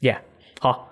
耶、好，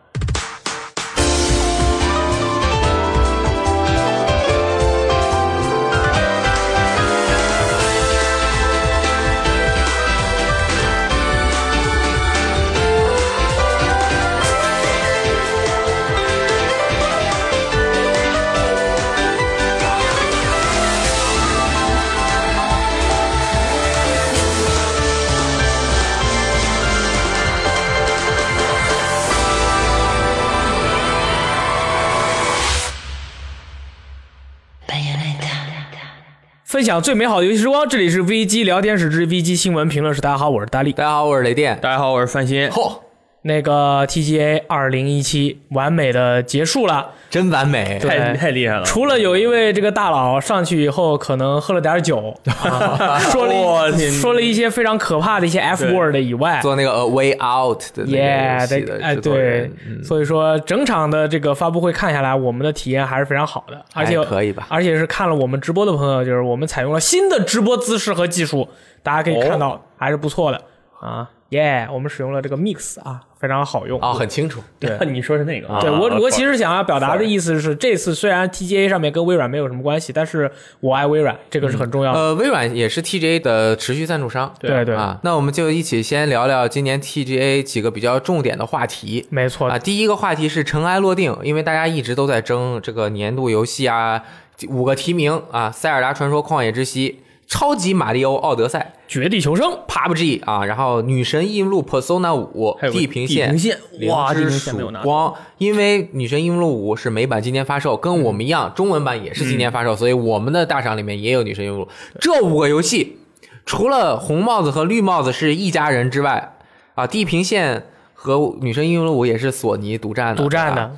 分享最美好的游戏时光，这里是 V G 聊天室之 V G 新闻评论室。大家好，我是大力。大家好，我是雷电。大家好，我是范鑫。嚯，那个 T G A 二零一七完美的结束了，真完美！哎对太太厉害了！除了有一位这个大佬上去以后可能喝了点酒， 啊、说我了一天说了一些非常可怕的一些 F 对 word 以外，做那个《A 呃 Way Out》的那个 Yeah，游戏这哎的制作对人，，嗯所以说整场的这个发布会看下来，我们的体验还是非常好的，而且还哎可以吧而且是看了我们直播的朋友，就是我们采用了新的直播姿势和技术，大家可以看到还是不错的啊耶！我们使用了这个 Mix 啊，非常好用哦，很清楚。对 你说是那个啊？对我，我其实想要表达的 sorry 意思是，这次虽然 TGA 上面跟微软没有什么关系，但是我爱微软，这个是很重要的。 呃，微软也是 TGA 的持续赞助商。对对，啊，那我们就一起先聊聊今年 TGA 几个比较重点的话题。没错啊，，第一个话题是尘埃落定，因为大家一直都在争这个年度游戏啊，五个提名啊，《塞尔达传说：旷野之息》、《超级马里奥奥德赛》、绝地求生， PUBG 啊，然后《女神异录》、Persona 五、还有个地平地线平、线，哇，地零平之线没有曙拿。光，因为《女神异录五》是美版今年发售，跟我们一样，中文版也是今年发售，所以我们的大厂里面也有《女神异录》。这五个游戏，除了红帽子和绿帽子是一家人之外，啊，《地平线》和《女神异录五》也是索尼独占的，独占对吧的，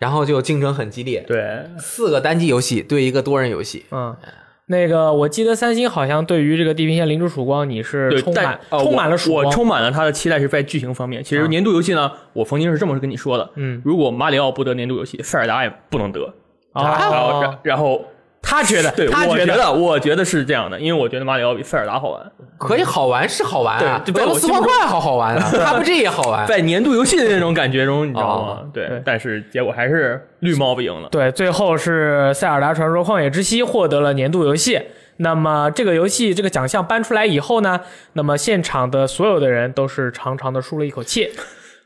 然后就竞争很激烈，对，四个单机游戏对一个多人游戏，嗯，那个我记得三星好像对于这个《地平线：零之曙光》，你是对，充但满、呃充我满了曙光。我充满了他的期待是在剧情方面。其实年度游戏呢，我曾经是这么跟你说的，啊嗯，如果马里奥不得年度游戏，塞尔达也不能得。然后哦然，然后他觉得，对，他我觉觉得，得我觉得是这样的，因为我觉得马里奥比塞尔达好玩，可以好玩是好玩啊，对俄对罗斯方块好好玩啊，PUBG 也好 玩，在年度游戏的那种感觉中，你知道哦吗？对哎对，但是结果还是绿帽子赢了。对，最后是《塞尔达传说：旷野之息》获得了年度游戏。那么这个游戏这个奖项颁出来以后呢，那么现场的所有的人都是长长的舒了一口气。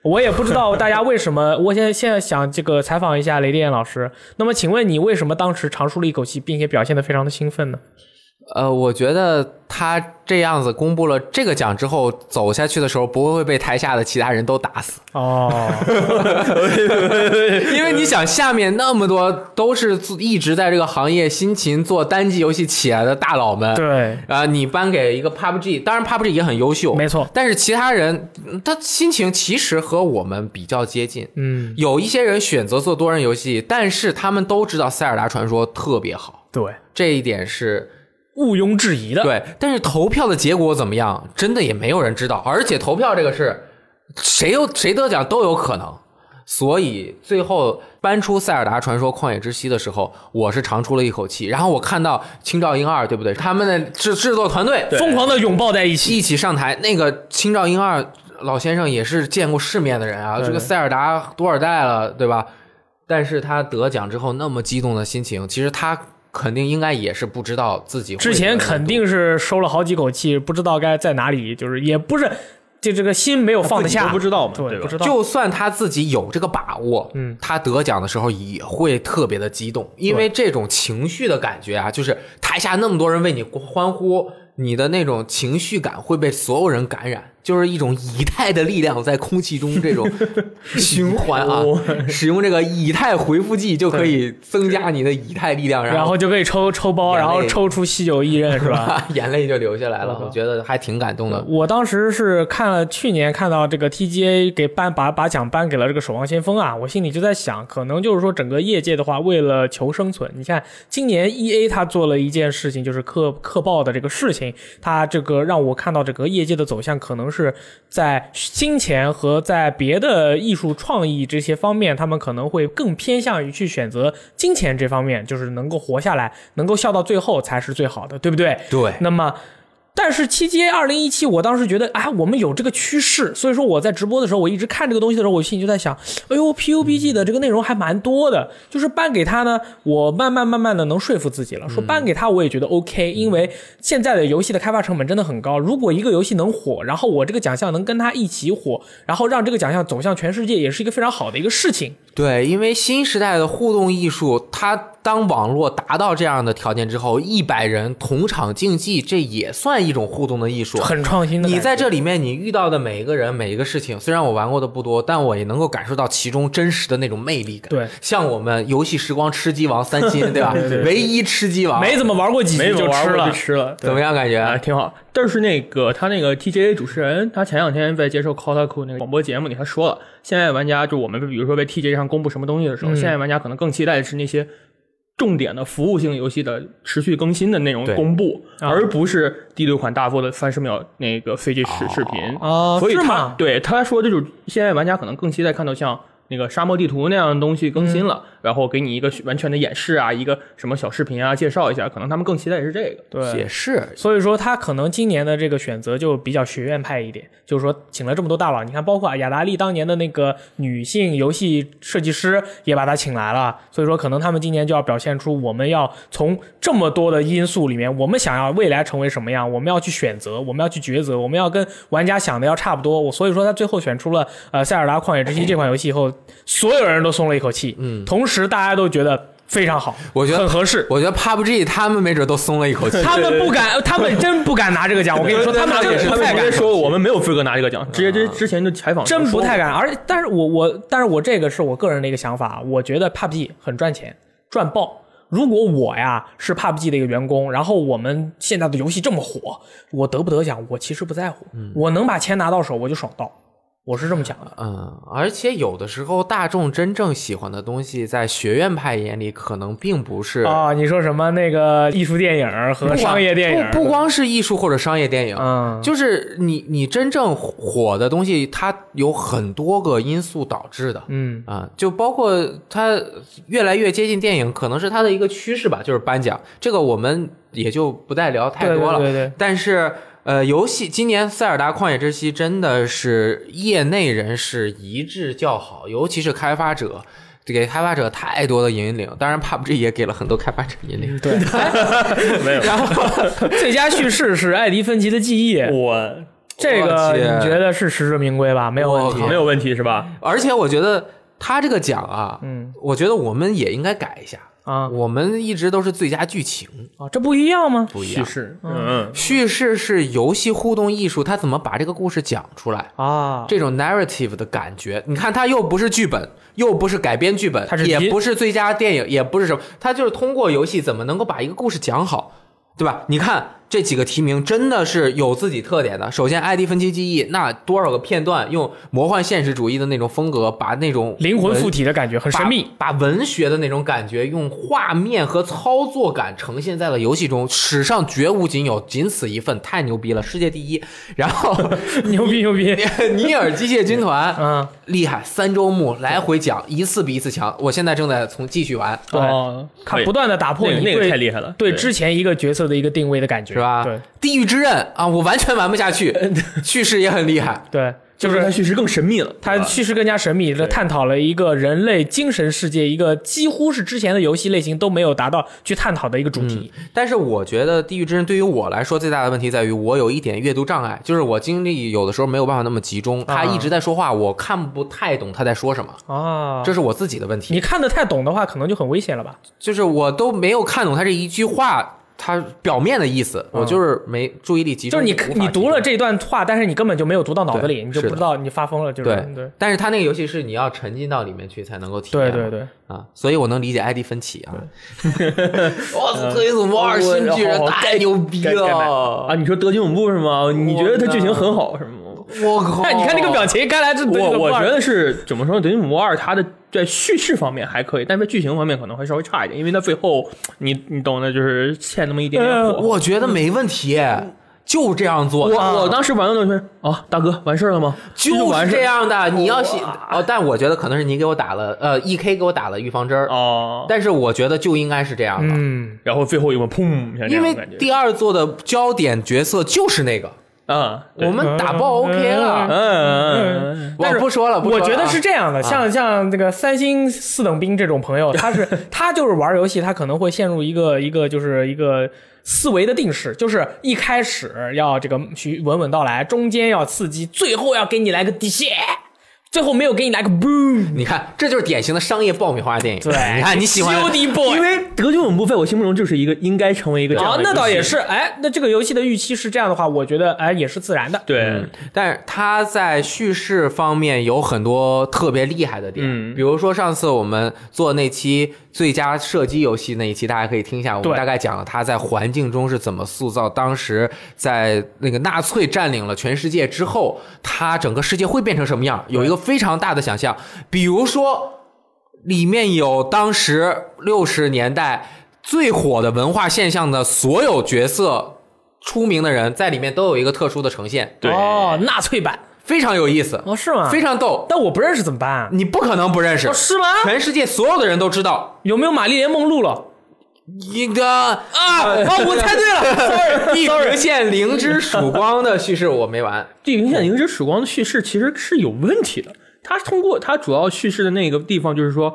我也不知道大家为什么，我现在现在想这个采访一下雷电老师。那么，请问你为什么当时长舒了一口气，并且表现得非常的兴奋呢？呃，我觉得他这样子公布了这个奖之后，走下去的时候不会被台下的其他人都打 死，哦，因为你想，下面那么多都是做一直在这个行业辛勤做单机游戏起来的大佬们，对，啊、你颁给一个 PUBG，当然 PUBG 也很优秀，没错但是其他人嗯他心情其实和我们比较接近，嗯，有一些人选择做多人游戏，但是他们都知道《塞尔达传说》特别好，对，这一点是毋庸置 疑的。对，但是投票的结果怎么样，真的也没有人知道。而且投票这个事，谁有谁得奖都有可能。所以最后搬出《塞尔达传说：旷野之息》的时候，我是长出了一口气。然后我看到青兆英二，对不对？他们的制制作团队对疯狂的拥抱在一起。一起上台，那个青兆英二老先生也是见过世面的人啊，对这个塞尔达多少代了，对吧？但是他得奖之后那么激动的心情，其实他肯定应该也是不知道自己会之前得肯奖定是收了好几口气，不知道该在哪里，就是也不是，就这个心没有放得自己下，都不知道嘛对，对吧不知道。就算他自己有这个把握，嗯，他得奖的时候也会特别的激动，因为这种情绪的感觉啊，就是台下那么多人为你欢呼，你的那种情绪感会被所有人感染，就是一种以太的力量在空气中这 种循环啊。哦使用这个以太回复剂就可以增加你的以太力量，然后后就可以抽抽包，眼泪然后抽出稀酒一人，是吧？ 嗯眼泪就流下来了。我我觉得还挺感动的。呃我当时是看了去年看到这个 TGA 给颁把把奖颁给了这个《守望先锋》啊，我心里就在想，可能就是说整个业界的话，为了求生存，你看今年 EA 他做了一件事情，就是克克爆的这个事情，他这个让我看到整个业界的走向，可能是在金钱和在别的艺术创意这些方面，他们可能会更偏向于去选择金钱这方面，就是能够活下来，能够笑到最后才是最好的，对不对？对那么但是 TGA 二零一七，我当时觉得啊，我们有这个趋势，所以说我在直播的时候，我一直看这个东西的时候，我心里就在想，哎呦，PUBG 嗯的这个内容还蛮多的，就是颁给他呢，我慢慢慢慢的能说服自嗯己了，说颁给他我也觉得 OK，、因为现在的游戏的开发成本真的很高，如果一个游戏能火，然后我这个奖项能跟他一起火，然后让这个奖项走向全世界，也是一个非常好的一个事情。对，因为新时代的互动艺术，它当网络达到这样的条件之后，一百人同场竞技，这也算一种互动的艺术。很创新的感觉。你在这里面，你遇到的每一个人、每一个事情，虽然我玩过的不多，但我也能够感受到其中真实的那种魅力感。对，像我们游戏时光吃鸡王三金，对吧？唯一吃鸡王，没怎么玩过几没局有就玩吃过了就，吃了，对怎么样感觉？啊，挺好。但是那个他那个 TGA 主持人，他前两天在接受 Kotaku 那个广播节目里，他说了，现在玩家就我们比如说在 TGA 上公布什么东西的时候，嗯现在玩家可能更期待的是那些重点的服务性游戏的持续更新的内容对公布，啊而不是第六款大作的三十秒那个 CG 视视频。哦所以是他吗对他说，这就是现在玩家可能更期待看到像。那个沙漠地图那样的东西更新了，嗯然后给你一个完全的演示啊，一个什么小视频啊，介绍一下，可能他们更期待的是这个。对，也是，所以说他可能今年的这个选择就比较学院派一点，就是说请了这么多大佬，你看，包括雅达利当年的那个女性游戏设计师也把他请来了，所以说可能他们今年就要表现出我们要从这么多的因素里面，我们想要未来成为什么样，我们要去选择，我们要去抉择，我们要跟玩家想的要差不多。我所以说他最后选出了呃《塞尔达旷野之息》这款游戏以后，所有人都松了一口气，嗯，同时大家都觉得非常好，我觉得很合适。我觉得 PUBG 他们没准都松了一口 气。他们不敢，他们真不敢拿这个奖。我跟你说，他们也真是，不他太们直接敢，说我们没有资格拿这个奖，直啊接之之前就采访真不太敢。敢。而且，但是我我，但是我这个是我个人的一个想法，我觉得 PUBG 很赚钱，赚爆。如果我呀是 PUBG 的一个员工，然后我们现在的游戏这么火，我得不得奖我其实不在乎，嗯我能把钱拿到手我就爽到，我是这么想的。嗯，而且有的时候大众真正喜欢的东西，在学院派眼里可能并不是啊、你说什么那个艺术电影儿不和光商业电影儿？不不光是艺术或者商业电影，嗯就是你你真正火的东西，它有很多个因素导致的。嗯，啊，就包括它越来越接近电影，可能是它的一个趋势吧，就是颁奖这个我们也就不再聊太多了。对对对对但是呃，游戏今年《塞尔达旷野之息》真的是业内人士一致叫好，尤其是开发者。给开发者太多的引领，当然 PUBG 也给了很多开发者引领。 对。没有，然后最佳叙事是艾迪芬奇的记忆， 我 这我个去你觉得是实至名归吧？没有问题我。靠没有问题是吧？而且我觉得他这个奖啊，嗯，我觉得我们也应该改一下。啊我们一直都是最佳剧情，啊，这不一样吗？不一叙样。事，嗯，叙事是游戏互动艺术，他怎么把这个故事讲出来，啊，这种 narrative 的感觉。你看，它又不是剧本，又不是改编剧本，它是也集不是最佳电影，也不是什么，它就是通过游戏怎么能够把一个故事讲好，对吧？你看这几个提名真的是有自己特点的。首先，艾迪芬奇记忆那多少个片段，用魔幻现实主义的那种风格，把那种灵魂文附体的感觉很神秘。把，把文学的那种感觉用画面和操作感呈现在了游戏中，史上绝无仅有，仅此一份，太牛逼了，世界第一。然后 牛逼牛逼！ 尼尔机械军团嗯，厉害，三周目来回讲，一次比一次强。我现在正在从继续玩，对哦，看不断的打破那个你那个太对厉害了，对之前一个角色的一个定位的感觉，是吧？对地狱之刃啊，我完全玩不下去， 叙事也很厉害。对，就就是它是叙事更神秘了，它对吧叙事更加神秘的探讨了一个人类精神世界，一个几乎是之前的游戏类型都没有达到去探讨的一个主题。但是我觉得《地狱之刃》对于我来说最大的问题在于，我有一点阅读障碍，就是我精力有的时候没有办法那么集中。他一直在说话，我看不太懂他在说什么，啊，这是我自己的问题。你看得太懂的话，可能就很危险了吧？就是我都没有看懂他这一句话，他表面的意思，我就是没注意力集就中。是你你无法集中读了这段话，但是你根本就没有读到脑子里，对你就是不的知道你发疯了，就是对对但是他那个游戏是你要沉浸到里面去才能够体验对嘛。对对。啊，所以我能理解艾迪芬奇啊。 哇，推死摩尔新巨人我太牛逼该该买了！啊，你说德军总部是吗？你觉得它剧情很好是 吗？我靠！哎但你看那个表情，看来这我我觉得得是怎么说呢？德军总部二它的在叙事方面还可以，但在剧情方面可能会稍微差一点，因为它最后你你懂的，就是欠那么一点点火候。我觉得没问题，就这样做呃我啊的，我当时玩的那圈啊，大哥完事儿了吗？就完是事这儿样的。你要信哦，但我觉得可能是你给我打了呃 E K 给我打了预防针儿，哦，但是我觉得就应该是这样的，嗯，然后最后一个砰一下这因样为的感觉第二座的焦点角色就是那个，啊，对我们打爆 OK 嗯了，嗯嗯嗯我不说了，不我说了啊觉得是这样的，像像这个三星四等兵这种朋友，他 是他就是玩游戏，他可能会陷入一个一个就是一个思维的定式，就是一开始要这个去稳稳到来，中间要刺激，最后要给你来个底线，最后没有给你来个 boom，你看，这就是典型的商业爆米花电影。对哎你看你喜欢 COD boy，因为德军总部在我心目中就是一个应该成为一个这样啊的，那倒游戏也是，哎，那这个游戏的预期是这样的话，我觉得哎也是嗯自然的，对，但是他在叙事方面有很多特别厉害的点，嗯比如说上次我们做那期最佳射击游戏那一期，大家可以听一下，我们对大概讲了他在环境中是怎么塑造当时在那个纳粹占领了全世界之后，他整个世界会变成什么样，有一个非常大的想象，比如说。里面有当时六十年代最火的文化现象的所有角色，出名的人在里面都有一个特殊的呈现，对哦，纳粹版非常有意思，哦是吗？非常逗，但我不认识怎么办啊？你不可能不认识哦，，是吗？全世界所有的人都知道有没有玛丽莲梦露了？一个。 啊！哦，我猜对了，sorry，地平线灵之曙光的叙事我 没玩，地平线银之曙光的叙事其实是有问题的。它通过它主要叙事的那个地方，就是说，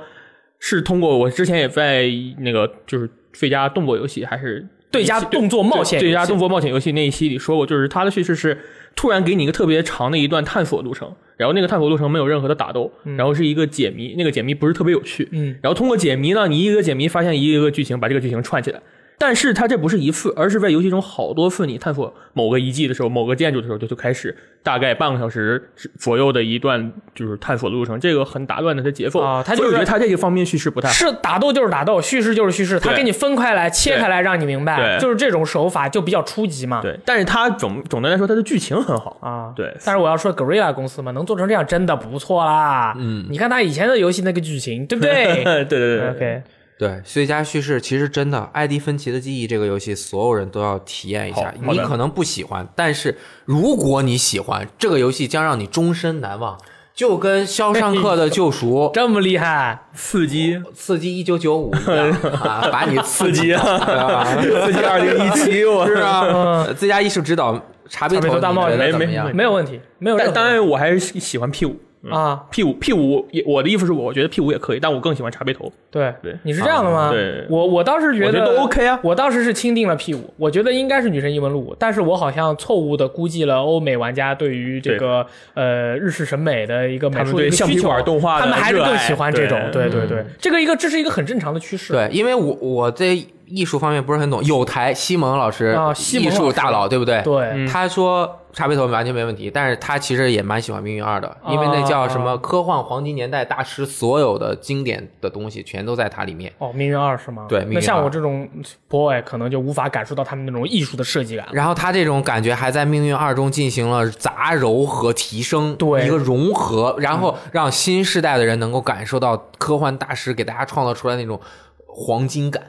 是通过我之前也在那个就是最佳动作游戏还是对家动作冒险游戏，最佳动作冒险游戏那一期里说过，就是它的叙事是突然给你一个特别长的一段探索路程，然后那个探索路程没有任何的打斗，然后是一个解谜，那个解谜不是特别有趣，嗯，然后通过解谜呢，你一个解谜发现一个一个剧情，把这个剧情串起来。但是它这不是一次，而是在游戏中好多次，你探索某个遗迹的时候，某个建筑的时候，就就开始大概半个小时左右的一段就是探索的路程，这个很打乱它的节奏啊它就是所以我觉得它这个方面叙事不太好。是打斗就是打斗，叙事就是叙事，他啊对给你分开来、切开来，让你明白，对就是这种手法就比较初级嘛。对，但是它总总的来说，它的剧情很好啊，对但是我要说 Gorilla 公司嘛，能做成这样真的不错啦。嗯，你看他以前的游戏那个剧情，对不 对对对对对？OK，对最佳叙事其实真的《艾迪芬奇的记忆》这个游戏，所有人都要体验一好下好。的你可能不喜欢，但是如果你喜欢，这个游戏将让你终身难忘，就跟《肖申克的救赎》 这么厉害，刺激，刺激一九九五一 样啊，把你刺刺激啊啊！刺激二零一七， 我是啊，自家艺术指导茶杯茶杯头嗯头大冒你觉得险怎么样没没有问题，没有任何但当然，我还是喜欢 P 五啊， ，P 五 P 五也，我的意思是我我觉得 P 五也可以，但我更喜欢茶杯头。对对你是这样的吗？啊对我我当时觉我觉得 OK 啊我当时是钦定了 P 五，我觉得应该是女神异闻录五，但是我好像错误的估计了欧美玩家对于这个呃日式审美的一个美他们术的对一个橡皮需求管动画的他们还是热更爱喜欢这种，对对对嗯对，这个一个这是一个很正常的趋势。对，因为我我对艺术方面不是很懂。有台西蒙老师啊西蒙艺老师术大佬，对不对？对嗯他说茶杯头完全没问题，但是他其实也蛮喜欢《命运二》的，啊因为那叫什么科幻黄金年代大师，所有的经典的东西全都在它里面。哦，命运二是吗？对命运那像二我这种 boy 可能就无法感受到他们那种艺术的设计感了。然后他这种感觉还在《命运二》中进行了杂糅和提升，对嗯一个融合，然后让新时代的人能够感受到科幻大师给大家创造出来那种黄金感。哦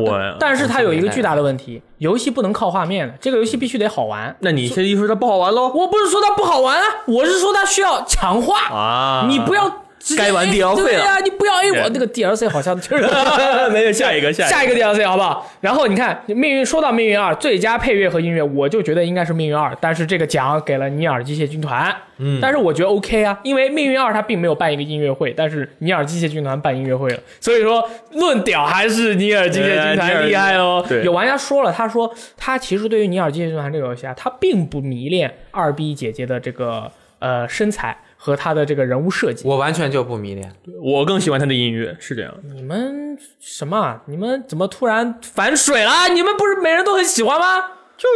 嗯我但但是它有一个巨大的问题，游戏不能靠画面的，这个游戏必须得好玩。那你现在意思是它不好玩喽？我不是说它不好玩啊，我是说它需要强化啊你不要直接该玩 A- DLC 对呀、了你不要 A 我对那个 DLC 好像 就是 没有下一个下一个下一个 DLC 好不好？然后你看命运，说到命运二最佳配乐和音乐，我就觉得应该是命运二，但是这个奖给了尼尔机械军团，嗯，但是我觉得 OK 啊，因为命运二它并没有办一个音乐会，但是尼尔机械军团办音乐会了，所以说论屌还是尼尔机械军对啊尼团尔厉害哦。对有玩家说了，他说他其实对于尼尔机械军团这个游戏啊，他并不迷恋二 B 姐姐的这个呃身材和她的这个人物设计。我完全就不迷恋，我更喜欢它的音乐，是这样的。你们什么啊？你们怎么突然反水啦？你们不是每人都很喜欢吗？就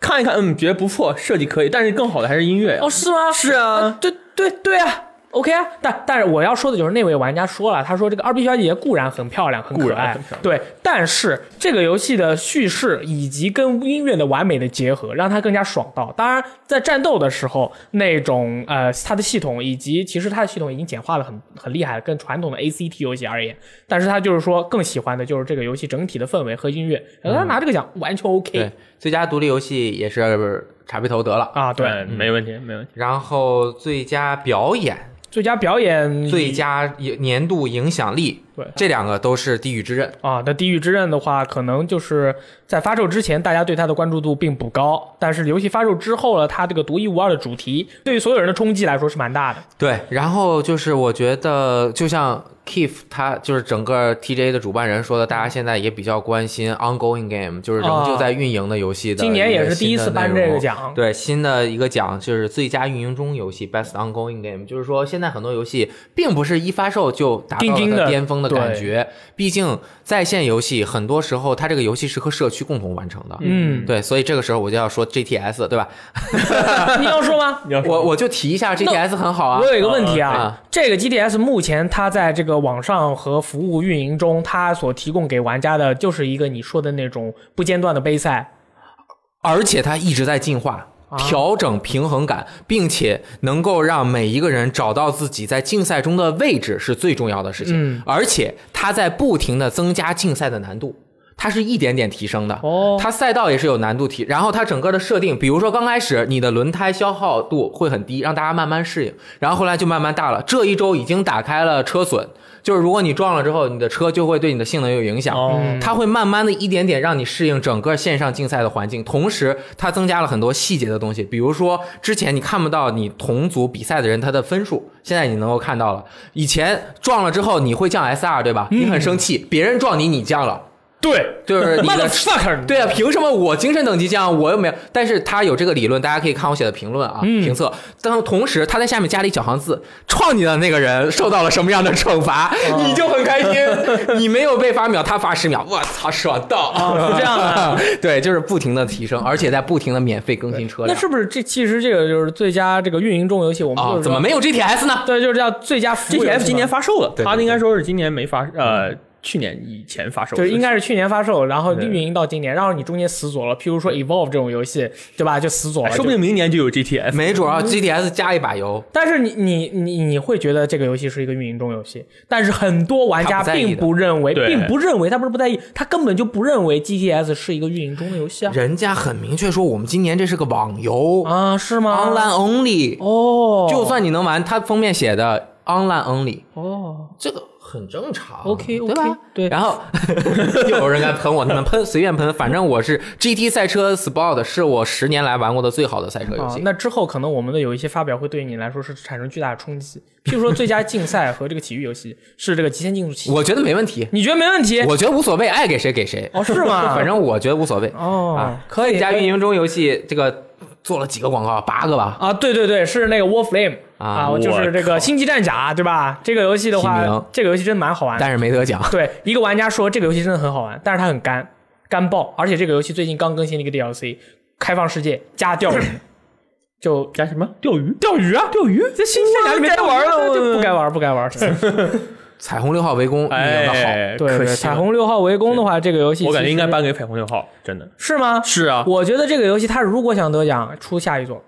看一哦看，嗯，觉得不错，设计可以，但是更好的还是音乐呀哦，。是吗？是啊对对对啊。 OK 啊，但但是我要说的就是那位玩家说了，他说这个二 B 小姐姐固然很漂亮，很固可然爱很漂，亮对，但是这个游戏的叙事以及跟音乐的完美的结合，让它更加爽到。当然，在战斗的时候，那种呃，它的系统以及其实它的系统已经简化了很很厉害了，跟传统的 ACT 游戏而言，但是他就是说更喜欢的就是这个游戏整体的氛围和音乐，然嗯后他拿这个奖完全 OK、对，最佳独立游戏也是茶杯头得了。啊，对，对，没问题，没问题。然后最佳表演、最佳表演最佳年度影响力，嗯对这两个都是《地狱之刃》。啊，那《地狱之刃》的话，可能就是在发售之前，大家对它的关注度并不高，但是游戏发售之后了，它这个独一无二的主题，对于所有人的冲击来说是蛮大的。对，然后就是我觉得，就像 Keith 他就是整个 TJ 的主办人说的，大家现在也比较关心 ongoing game，就是仍旧在运营的游戏的、啊今年也是第一次颁这个。奖， 对，新的一个奖就是最佳运营中游戏 Best Ongoing Game，就是说现在很多游戏并不是一发售就达到钉钉了的它巅峰的感对觉，毕竟在线游戏很多时候它这个游戏是和社区共同完成的。嗯，对，所以这个时候我就要说 GTS，对吧？你要说吗？你要说我我就提一下 GTS 很好啊我，有一个问题啊啊啊，这个 GTS 目前它在这个网上和服务运营中，它所提供给玩家的就是一个你说的那种不间断的杯赛，而且它一直在进化。啊调整平衡感，并且能够让每一个人找到自己在竞赛中的位置是最重要的事情。嗯而且它在不停的增加竞赛的难度，它是一点点提升的。哦它赛道也是有难度提，然后它整个的设定，比如说刚开始你的轮胎消耗度会很低，让大家慢慢适应，然后后来就慢慢大了。这一周已经打开了车损，就是如果你撞了之后，你的车就会对你的性能有影响。哦嗯它会慢慢的一点点让你适应整个线上竞赛的环境，同时它增加了很多细节的东西，比如说之前你看不到你同组比赛的人他的分数，现在你能够看到了。以前撞了之后你会降 SR 对吧？你很生气，别人撞你你降了，对就是你的，motherfucker，对啊，凭什么我精神等级降，我又没有？但是他有这个理论，大家可以看我写的评论啊，嗯评测。但同时他在下面加了一小行字，创你的那个人受到了什么样的惩罚，哦你就很开心。你没有被罚秒，他罚十秒，我操，爽到！哦是这样的 对，就是不停的提升，而且在不停的免费更新车那辆。是不是这其实这个就是最佳这个运营中游戏？我们就啊是，怎说么没有 GTS 呢？对，就是叫最佳服务游戏 GTF 嘛今年发售了，对对它应该说是今年没发，呃，去年以前发售的，对，应该是去年发售，然后对运营到今年，然后你中间死左了，譬如说 Evolve 这种游戏，对吧？就死左哎了，说不就。定明年就有 GTF。没准啊，GTS 嗯加一把油，但是你你你你会觉得这个游戏是一个运营中游戏，但是很多玩家他不在意的并不认为，对并不认为他不是不在意，他根本就不认为 GTS 是一个运营中的游戏啊人家很明确说我们今年这是个网游啊，是吗？ ，online only。哦，就算你能玩，它封面写的 online only，哦这个很正常 OK，OK，对吧？对然后又有人敢喷我，你们喷随便喷，反正我是 GT 赛车 Sport 是我十年来玩过的最好的赛车游啊戏。，那之后可能我们的有一些发表会对你来说是产生巨大的冲击，譬如说最佳竞赛和这个体育游戏是这个极限竞速器，我觉得没问题，你觉得没问题？我觉得无所谓，爱给谁给谁。哦，是吗？ 反正我觉得无所谓。哦啊，可以最佳运营中游戏这个做了几个广告，八个吧。啊，对对对，是那个 Warframe 啊啊，我就是这个我靠星际战甲，对吧？这个游戏的提话名，这个游戏真蛮好玩的。但是没得奖，对，一个玩家说这个游戏真的很好玩，但是它很干，干爆，而且这个游戏最近刚更新了一个 DLC，开放世界加钓鱼， 就加什么钓鱼？钓鱼啊，钓鱼在星际战甲里面该玩了钓鱼我不该玩，不该玩。 彩虹六号围攻运营的好，哎，对可对，惜彩了。虹六号围攻的话，这个游戏我感觉其实应该颁给彩虹六号，真的是吗？是啊，我觉得这个游戏它如果想得奖，出下一座，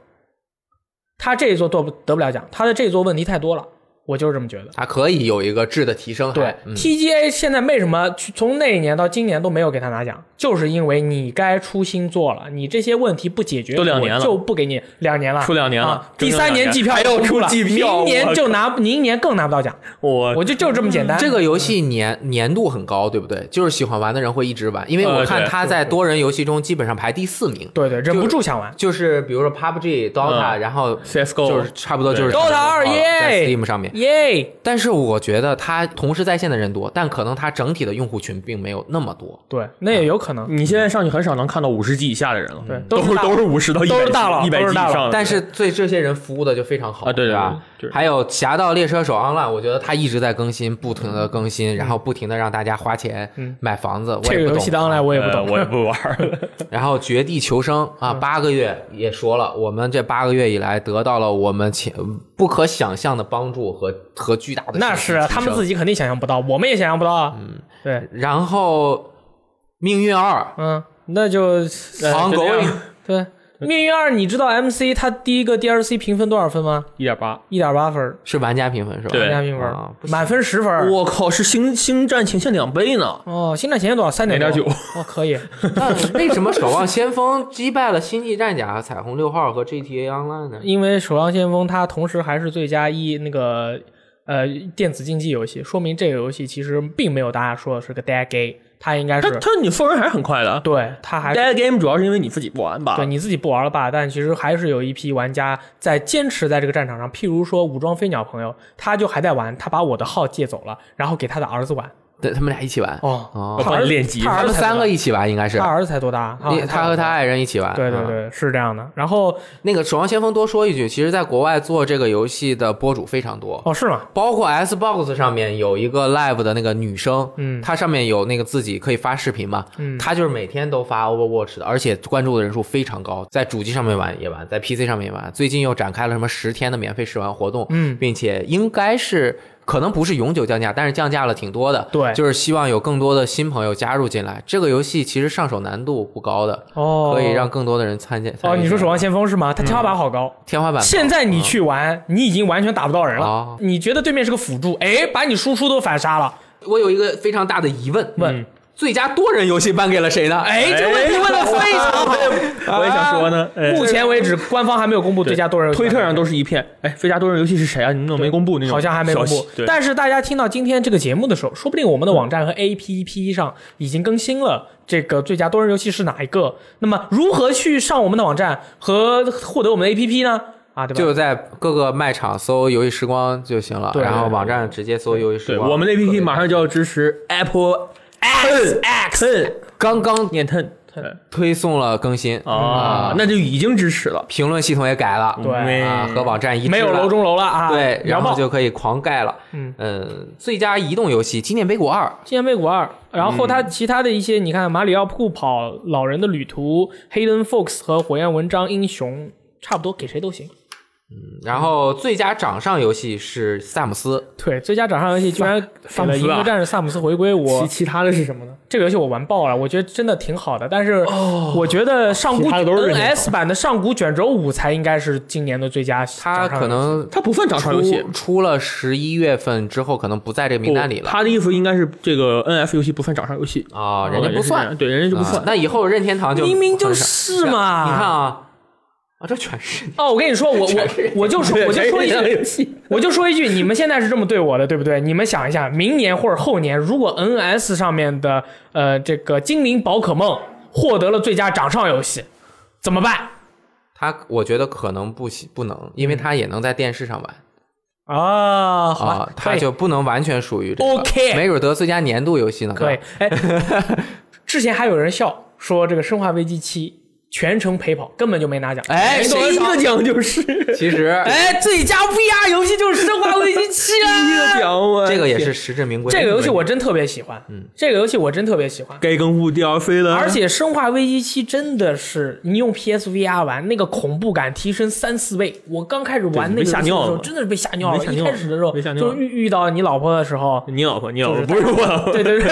它这一座得不得不了奖，它的这一座问题太多了，我就是这么觉得。它可以有一个质的提升还。对、嗯 t g a 现在为什么去从那一年到今年都没有给他拿奖，就是因为你该出新作了，你这些问题不解决，都两年了我就不给你两年了，出两年了啊整第整三年两年季票还要都出出了，季票明我年靠呃就拿，明年更拿不到奖，我我就就这么简单。这个游戏年年度很高，对不对？就是喜欢玩的人会一直玩，因为我呃看对它在多人游戏中基本上排第四名，对对，忍不住想玩。嗯就是比如说 PUBG、Dota，、然后 CS:GO 就是差不多就是哦 Dota 二耶在 Steam 上面。耶！但是我觉得它同时在线的人多，但可能它整体的用户群并没有那么多。对，那也有可能，你现在上去很少能看到五十级以下的人了，对都都是大佬都是五十到一都百是大佬一百级都以是大佬上的，但是对这些人服务的就非常好哦啊对对吧对对？还有《侠盗猎车手 Online》，我觉得它一直在更新，不停的更新，然后不停的让大家花钱买房子。我嗯这也个不游懂戏的 online 我也不懂， 呃我也不玩儿。然后《绝地求生》啊，八个月也说了，我们这八个月以来得到了我们前不可想象的帮助和和巨大的 那是啊，他们自己。己肯定想象不到，我们也想象不到啊。嗯，对，然后《命运二嗯，那就》就这 ongoing 样对。命运二，你知道 MC 它第一个 DLC 评分多少分吗？一点八，一点八分， 是玩家评分是吧？对玩家评啊不分，行满分十分。我靠，是星星战前线两倍呢，哦，星战前线多少？三点2.9哦，可以。 那为什么《守望先锋》击败了《星际战甲》《彩虹六号》和 GTA Online 呢？因为《守望先锋》它同时还是最佳一那个呃电子竞技游戏，说明这个游戏其实并没有大家说的是个 dead gay，它应该他是他你放人还是很快的。对它还 Dead Game 主要是因为你自己不玩吧？对你自己不玩了吧？但其实还是有一批玩家在坚持在这个战场上。譬如说武装飞鸟朋友，他就还在玩，他把我的号借走了，然后给他的儿子玩。对，他们俩一起玩，哦，哦他帮儿你子练级他他儿们子才三多个大，一起玩应该是他。儿子才多大？啊你他和他爱人一起玩，对对嗯对，是这样的。然后那个《守望先锋》多说一句，其实在国外做这个游戏的博主非常多，哦，是吗？包括 Xbox 上面有一个 Live 的那个女生，嗯她上面有那个自己可以发视频嘛，嗯她就是每天都发 Overwatch 的，而且关注的人数非常高，在主机上面玩也玩，在 PC 上面也玩，最近又展开了什么十天的免费试玩活动，嗯并且应该是。可能不是永久降价，但是降价了挺多的。对就是希望有更多的新朋友加入进来。这个游戏其实上手难度不高的，哦，可以让更多的人参加。参哦，与你说《进守来望先锋》是嗯吗？他天花板好高。天花板高？现在你去玩，你已经完全打不到人了。啊哦你觉得对面是个辅助，哎，把你输出都反杀了，我有一个非常大的疑问，问嗯最佳多人游戏颁给了谁呢？哎，这个问题问的非常好。我也想说呢。哎啊目前为止，官方还没有公布最佳多人游戏推特上都是一片，哎，最佳多人游戏是谁啊？你们怎么没公布那种消息？好像还没公布。对，嗯但是大家听到今天这个节目的时候，说不定我们的网站和 APP 上已经更新了这个最佳多人游戏是哪一个。那么如何去上我们的网站和获得我们的 APP 呢？啊，对吧？ 就在各个卖场搜“游戏时光”就行了，对然后网站直接搜“游戏时对光”。我们的 APP 马上就要支持 Apple X X 刚刚念 Ten 推送了更新啊，那就已经支持了。评论系统也改了，对啊，和网站一致了没有楼中楼了啊。对，然聊后爆就可以狂盖了。呃嗯最佳移动游戏《纪念碑谷二》 《纪念碑谷二》，然后嗯它其他的一些，你看《马里奥酷跑》《老人的旅途》《黑灯 Fox》和《火焰文章》《英雄》，差不多给谁都行。嗯，然后最佳掌上游戏是《萨姆斯对，最佳掌上游戏居然给萨姆了《斯银啊河战士萨姆斯回归》，我其他的是什么呢？哦这个游戏我玩爆了，我觉得真的挺好的。但是我觉得上古其他的都是任天堂 NS 版的《上古卷轴五》才应该是今年的最佳》，掌上它游戏。可能它不算掌上游戏出，出了十一月份之后，可能不在这个名单里了他的意思应该是这个 NF 游戏不算掌上游戏，啊，人家不算，对，人家就不 啊算。那以后任天堂就明明就很少是嘛你看啊，啊，这全是你哦，我跟你说，我我我就 说，我就说一句，游戏， 我就说一句，你们现在是这么对我的，对不对？你们想一下，明年或者后年，如果 NS 上面的呃这个精灵宝可梦获得了最佳掌上游戏，怎么办他，我觉得可能不行，不能，因为他也能在电视上玩啊？好吧，啊，可他以就不能完全属于这个 OK 没准得最佳年度游戏呢。可以。哎， 之前还有人笑说这个《生化危机七》全程陪跑，根本就没拿奖。哎没多谁少第一奖个奖就是其实哎，最佳 VR 游戏就是《生化危机七》第一个啊！哎奖，我这个也是实至名 归。这个游戏我真特别喜欢，嗯，这个游戏我真特别喜欢。该更换 DLC 了，而且《生化危机七》真的是，你用 PSVR 玩，那个恐怖感提升三四倍。我刚开始玩那个游戏的时被吓尿候，了真的是被吓尿了。被吓一尿了开始的时候，被吓尿了就是遇遇到你老婆的时 候，你老婆，你老婆就不是我老 婆，对对对，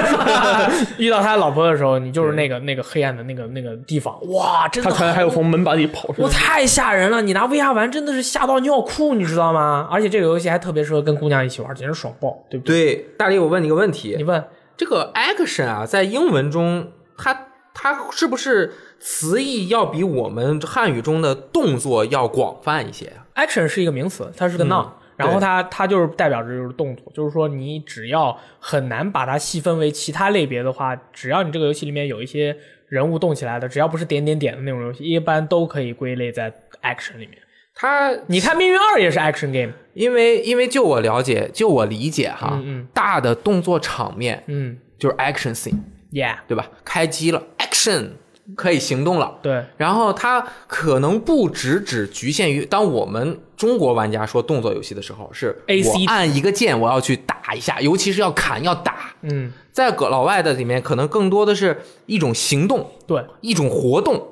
遇到他老婆的时候，你就是那个那个黑暗的那个那个地方，哇，真他的突然还有从门把里跑出我来。太吓人了！你拿 VR 玩真的是吓到尿裤，你知道吗？而且这个游戏还特别适合跟姑娘一起玩，简直爽爆，对不对？对大力，我问你个问题你，问这个 action 啊，在英文中，它它是不是词义要比我们汉语中的动作要广泛一些啊？ action 是一个名词，它嗯是个 noun，、然后它它就是代表着就是动作，就是说你只要很难把它细分为其他类别的话，只要你这个游戏里面有一些人物动起来的，只要不是点点点的那种游戏，一般都可以归类在 action 里面。它你看《命运二》也是 action game，因为因为就我了解，就我理解哈，嗯嗯大的动作场面嗯就是 action scene， ，Yeah，对吧？开机了，action 可以行动了。对，然后它可能不只只局限于当我们中国玩家说动作游戏的时候，是 AC 我按一个键我要去打一下，尤其是要砍要打。嗯在老外的里面，可能更多的是一种行动，对，一种活动，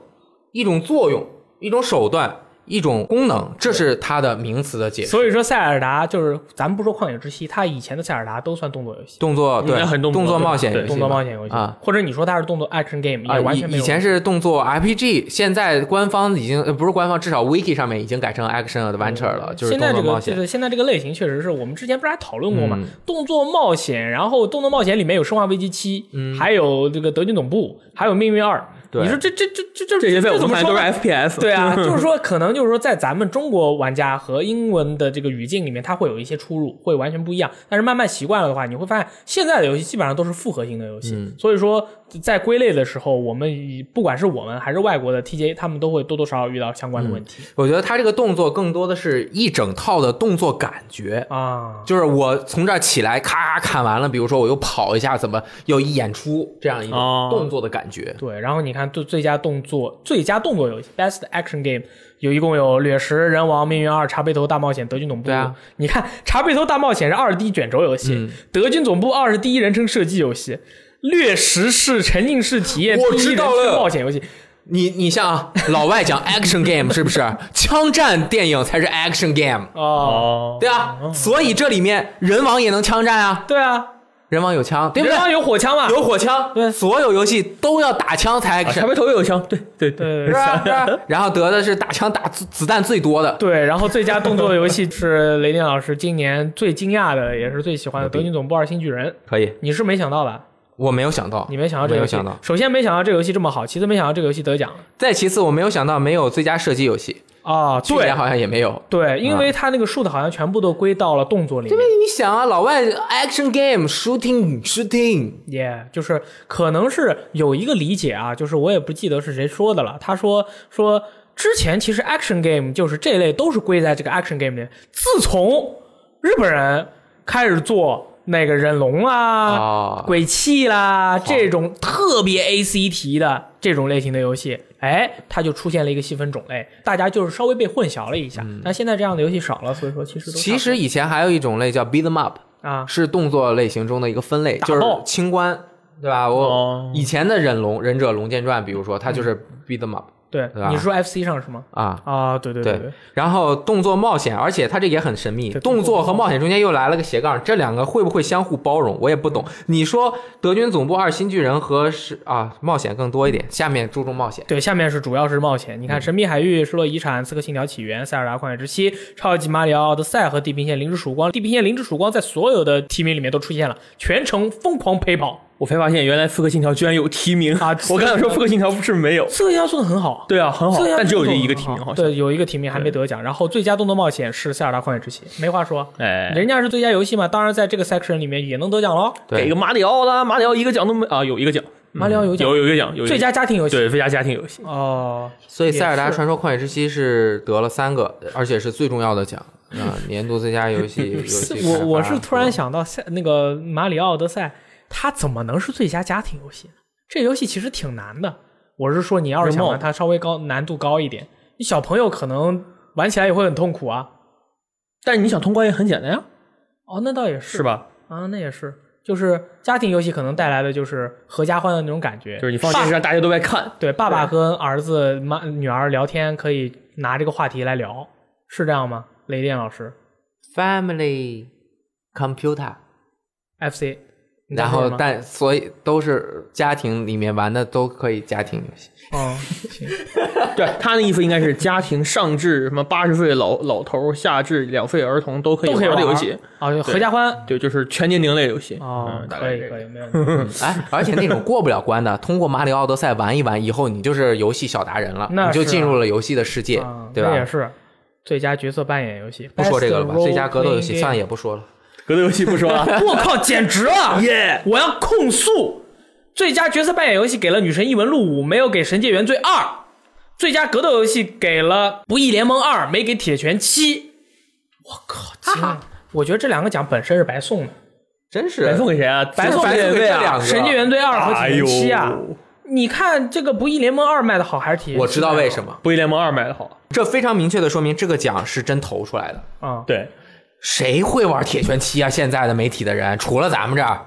一种作用，一种手段，一种功能，这是它的名词的解释。所以说塞尔达就是咱们不说旷野之息，它以前的塞尔达都算动作游戏，动作对应该很动作动作冒险对游戏动作嘛冒险游戏啊，或者你说它是动作 action game 啊也完以全没有。以前是动作 RPG，现在官方已经呃不是官方，至少 Wiki 上面已经改成 Action Adventure 了，啊就是现动在作这冒个险。就是现在这个类型确实是我们之前不是还讨论过嘛？嗯动作冒险，然后动作冒险里面有《生化危机七》，还有这个《德军总部》，还有《命运二》。嗯对你说这这这这这这些在我怎们么看来说都是呢 FPS。对 啊，就是说，可能就是说，在咱们中国玩家和英文的这个语境里面，它会有一些出入，会完全不一样。但是慢慢习惯了的话，你会发现现在的游戏基本上都是复合型的游戏。嗯所以说，在归类的时候，我们以不管是我们还是外国的 TJ，他们都会多多少少遇到相关的问题、我觉得它这个动作更多的是一整套的动作感觉，啊。就是我从这儿起来，咔咔砍完了，比如说我又跑一下，怎么又一演出这样一哦种动作的感觉。对，然后你看最最佳动作、最佳动作游戏 （Best Action Game） 有一共有《掠食人王》《命运二》《茶杯头大冒险》《德军总部》。对啊，嗯你看《茶杯头大冒险》是二 D 卷轴游戏，德军总部》二是第一人称射击游戏，《掠食》是沉浸式体验我第一知人道称了冒险游戏。你你像啊，老外讲 action game 是不是？枪战电影才是 action game，哦，哦，对啊。所以这里面人王也能枪战啊，对啊，人王有枪，对不人对？王有火枪嘛？有火枪，对所有游戏都要打枪才啊 action，、茶杯头也有枪，对对对是啊吧？是吧 然后得的是打枪打子子弹最多的，对，然后最佳动作游戏是雷电老师今年最惊讶的，也是最喜欢的《德军总部二：新巨人》，可以。你是没想到吧？我没有想到，你没想到这个游戏没有想到，首先没想到这个游戏这么好，其次没想到这个游戏得奖了再其次我没有想到没有最佳射击游戏，啊！去年对好像啊也没有。哎对，因为它那个数的好像全部都归到了动作里因面为你想啊，老外 action game shooting shooting， ，yeah，就是可能是有一个理解啊，就是我也不记得是谁说的了，他说说之前其实 action game 就是这类都是归在这个 action game 里面，自从日本人开始做。那个忍龙啦、哦鬼泣啦，这种特别 A C T 的这种类型的游戏，哎，它就出现了一个细分种类，大家就是稍微被混淆了一下。但现在这样的游戏少了，所以说其实都差不多嗯其实以前还有一种类叫 beat em up，啊，是动作类型中的一个分类，打就是爆清关，对吧？我哦以前的忍龙忍者龙剑传，比如说它就是 beat em up 对对吧，你说 F C 上是吗？啊，啊，对对对对，然后动作冒险，而且它这也很神秘，对动作和冒险中间又来了个斜杠，这两个会不会相互包容？我也不嗯懂。你说德军总部二新巨人和是啊冒险更多一点，下面注重冒险。对，下面是主要是冒险。你看，《神秘海域》《失落遗产》《刺客信条：起源》《塞尔达旷野之息》《超级马里奥奥德赛》和《地平线：零之曙光》。《地平线：零之曙光》在所有的提名里面都出现了，全程疯狂陪跑。我才发现原来《刺客信条》居然有提名啊 我刚想说《刺客信条》不是没有，刺客信条做的很好，对啊，很好刺客信，条但只有做这得一个很提名，好像。啊对，有一个提名还没得奖。然后最佳动作冒险是《塞尔达旷野之息》，没话说，哎，人家是最佳游戏嘛，当然在这个 section 里面也能得奖喽。给对个，马里奥啦，马里奥一个奖都没啊，有一个奖，马里奥有奖，有有一个嗯奖，有一个最佳家庭游戏对最佳家庭游戏。哦，所以《塞尔达也是传说：旷野之息》是得了三个，而且是最重要 的奖啊，年度最佳游戏。游戏开我发我是突然想到赛那个马里奥奥德赛，它怎么能是最佳家庭游戏呢？这游戏其实挺难的。我是说，你要是想玩它稍微高难度高一点，你小朋友可能玩起来也会很痛苦啊。但是你想通关也很简单呀，哦，那倒也是是吧？啊，那也是，就是家庭游戏可能带来的就是合家欢的那种感觉，就是你放电视上大家都在看，对爸爸跟儿子、妈女儿聊天，可以拿这个话题来聊，是这样吗？雷电老师 Family Computer， ，FC，你在然说后什么但所以都是家庭里面玩的都可以家庭游戏。 哦，行对他的意思应该是家庭上至什么八十岁老老头儿，下至两岁儿童都可以都可以玩的玩游戏，啊，就合家欢对，就是全年龄类游戏。哦嗯，大概可是以这个可以，没有问题。 哎，而且那种过不了关的，通过马里奥德赛玩一玩，以后你就是游戏小达人了，那你就是啊进入了游戏的世界，啊对这也吧？是最佳角色扮演游戏，不说这个了吧， Best 最佳格斗游 Role 戏 Playing 算了，也不说了。格斗游戏不说了， Game。我靠，简直了！耶！我要控诉，最佳角色扮演游戏给了《女神异闻录五》，没有给《神界原罪二》；最佳格斗游戏给了《不义联盟二》，没给《铁拳七》。我靠！啊，行，我觉得这两个奖本身是白送的，真是白送给谁啊？白送白送给给这两啊《个神经元队二》和《哎铁呦拳七》啊。你看这个《不义联盟二》卖的好还是《铁拳七》卖得好？啊我知道为什么，不义联盟二卖的好，这非常明确的说明这个奖是真投出来的。啊，对，谁会玩铁拳七啊？现在的媒体的人，除了咱们这儿，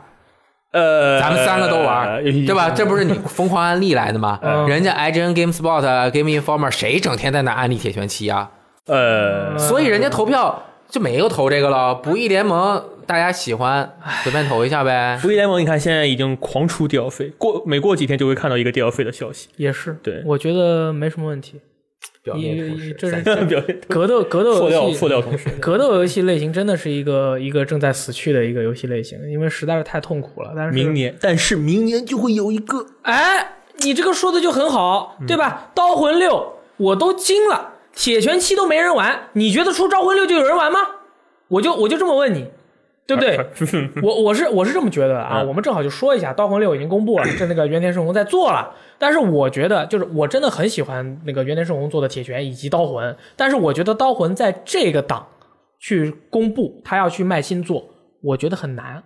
呃，咱们三个都玩，呃对吧？这不是你疯狂安利来的吗？哎嗯人家 IGN、GameSpot、Game Informer 谁整天在那安利铁拳七啊？呃，所以人家投票就没有投这个了。不义联盟大家喜欢，随便投一下呗。不义联盟，你看现在已经狂出 DLC，过每过几天就会看到一个 DLC 的消息。 也是。对我觉得没什么问题。表面不是，这是表现格斗格斗 塑料游戏塑，料同学，格斗游戏类型真的是一个一个正在死去的一个游戏类型，因为实在是太痛苦了。但是 明年，但是明年就会有一个哎，你这个说的就很好，嗯对吧？刀魂六我都惊了，铁拳七都没人玩，你觉得出招魂六就有人玩吗？我就我就这么问你，对不 对？ 我我是我是这么觉得的啊。啊嗯我们正好就说一下，刀魂六已经公布了，这那个原田圣宏在做了。但是我觉得，就是我真的很喜欢那个原田圣宏做的铁拳以及刀魂，但是我觉得刀魂在这个档去公布他要去卖新作，我觉得很难。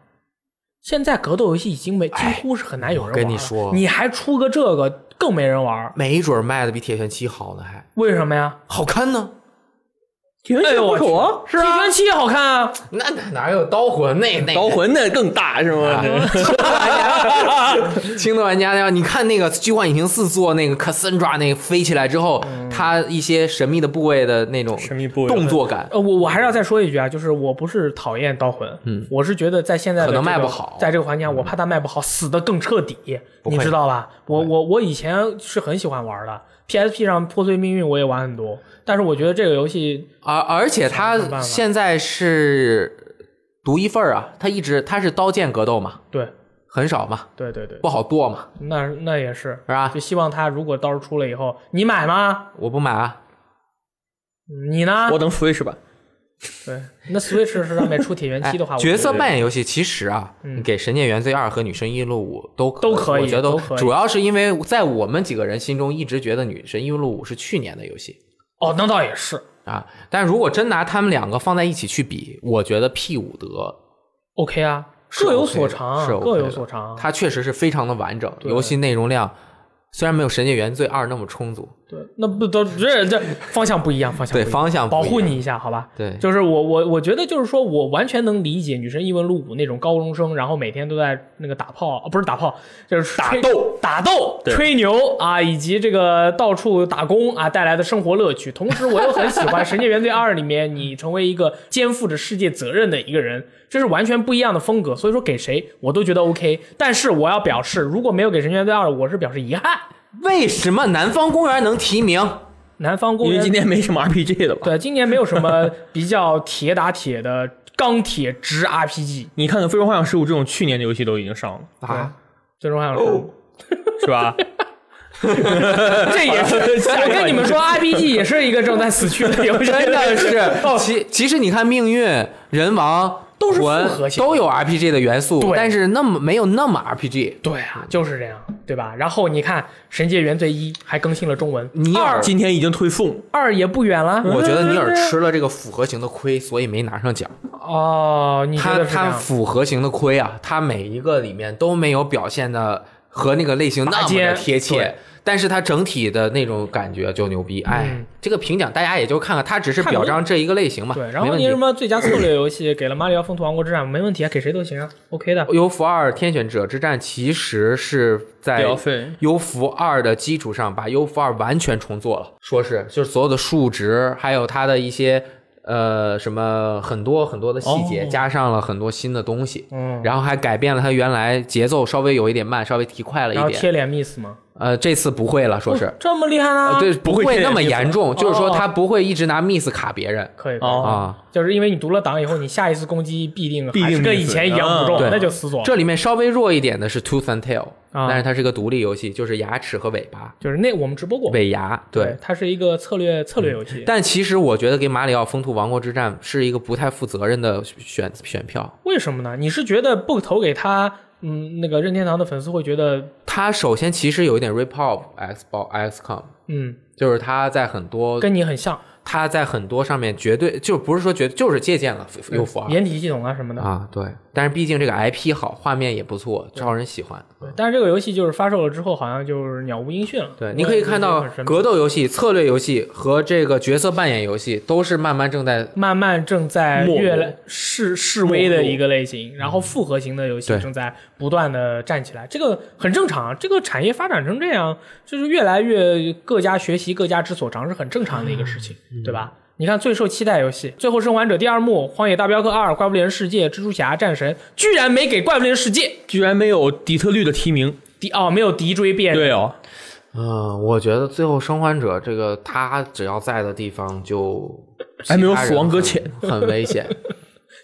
现在格斗游戏已经没几乎是很难有人玩了哎我跟你说你还出个这个更没人玩，没准卖的比铁拳七好呢，还为什么呀？好看呢。铁拳七不哎呦丑啊我，去铁拳七好看啊，那哪哪有刀魂那那 刀魂那更大是吗？轻度玩家，轻度玩家要你看那个《虚幻引擎四》做那个 Cassandra 那个飞起来之后，他一些神秘的部位嗯的那种神秘部位动作感，呃，我我还是要再说一句啊，就是我不是讨厌刀魂，嗯我是觉得在现在的可能这个卖不好嗯在这个环境下，我怕它卖不好，死的更彻底，不会你知道吧？我不会我我以前是很喜欢玩的，PSP 上破碎命运我也玩很多，但是我觉得这个游戏而而且他现在是独一份儿啊，他一直他是刀剑格斗嘛，对很少嘛，对对对，不好剁嘛，那那也是，是吧啊就？希望它如果到时候出了以后，你买吗？嗯我不买啊，你呢？ 我等 Switch 吧。对，那 Switch 是上面出铁拳七的话，哎我角觉色得扮演游戏其实啊，嗯你给《神界原罪二》和《女神异录五》都都可以我觉得都可以主要是因为在我们几个人心中一直觉得《女神异录五》是去年的游戏，哦，那倒也是啊，但如果真拿他们两个放在一起去比，我觉得 P 五得 OK 啊，是各有 OK 所的长啊，是 OK 各有的所长啊。它确实是非常的完整，对游戏内容量虽然没有《神界原罪二》那么充足，对，那不都这这方向不一样，方向不一对样方向不一保样护你一下，好吧？对就是我我我觉得就是说我完全能理解《女神异闻录五》那种高中生，然后每天都在那个打炮，啊、不是打炮，就是打斗、打斗、对吹牛啊，以及这个到处打工啊带来的生活乐趣。同时，我又很喜欢《神界原罪二》里面你成为一个肩负着世界责任的一个人，这是完全不一样的风格。所以说给谁我都觉得 OK，但是我要表示，如果没有给《神界原罪二》，我是表示遗憾。为什么南方公园能提名？啊南方公因园为今天没什么 RPG 了吧？对，今年没有什么比较铁打铁的钢铁直 RPG，你看看《最终幻想十五》这种去年的游戏都已经 上了，啊，最终幻想十哦五，是 吧？这也 是我跟你们 说，RPG 也是一个正在死去的游戏，真的是 哦，其其实你看《命运》《人王》都是复魂合型的都有 RPG 的元素对，但是那么没有那么 RPG。对啊，就是这样，对吧？然后你看《神界原罪一》还更新了中文，尼尔，啊今天已经推送，二也不远了。我觉得尼尔吃了这个复合型的亏，所以没拿上奖。哦，你觉他得是这他样？复合型的亏啊，他每一个里面都没有表现的和那个类型那拔么尖的贴切对，但是他整体的那种感觉就牛逼。哎，嗯这个评奖大家也就看看，他只是看明表白彰这一个类型嘛，对，然没后问你什题。么最佳策略游戏给了《马里奥：风土王国之战》，没问题啊，给谁都行啊，OK 的。优服二天选者之战其实是在 DLC 优服二的基础上，把优服二完全重做了，说是就是所有的数值，还有它的一些呃什么很多很多的细节，哦加上了很多新的东西。嗯，然后还改变了它原来节奏稍微有一点慢，稍微提快了然后一点。贴脸 miss 吗？呃，这次不会了，说是哦、这么厉害呃啦？对，不不会那么这样严重，就是说他不会一直拿 miss 卡别人可以可以。哦啊。就是因为你读了档以后，你下一次攻击必定还是跟以前一样不必定中，啊对那就死左。这里面稍微弱一点的是 Tooth and Tail，啊但是它是个独立游戏，就是牙齿和尾巴，就是那我们直播过，尾牙对。嗯它是一个策略策略游戏。但其实我觉得给马里奥《风兔王国之战》是一个不太负责任的选选票。为什么呢？你是觉得不投给他，嗯，那个任天堂的粉丝会觉得，它首先其实有一点 rip off Xbox XCOM，嗯，就是它在很多跟你很像，它在很多上面绝对就不是说绝对就是借鉴了六服二掩体系统啊什么的。啊，对。但是毕竟这个 IP 好，画面也不错，招人喜欢。但是这个游戏就是发售了之后，好像就是鸟无音讯了。对，你可以看我也到觉得很神秘格斗游戏、策略游戏和这个角色扮演游戏都是慢慢正在慢慢正在没落越来示示威的一个类型，然后复合型的游戏嗯对正在不断的站起来，这个很正常。啊这个产业发展成这样，就是越来越各家学习各家之所长是很正常的一个事情，嗯对吧？你看最受期待游戏《最后生还者》第二幕、《荒野大镖客二》、《怪物猎人世界》、《蜘蛛侠：战神》，居然没给《怪物猎人世界》居然没有底特律的提名。第哦没有敌追变，对哦，嗯，我觉得最后生还者这个他只要在的地方就还没有其他人死亡搁很浅，很危险。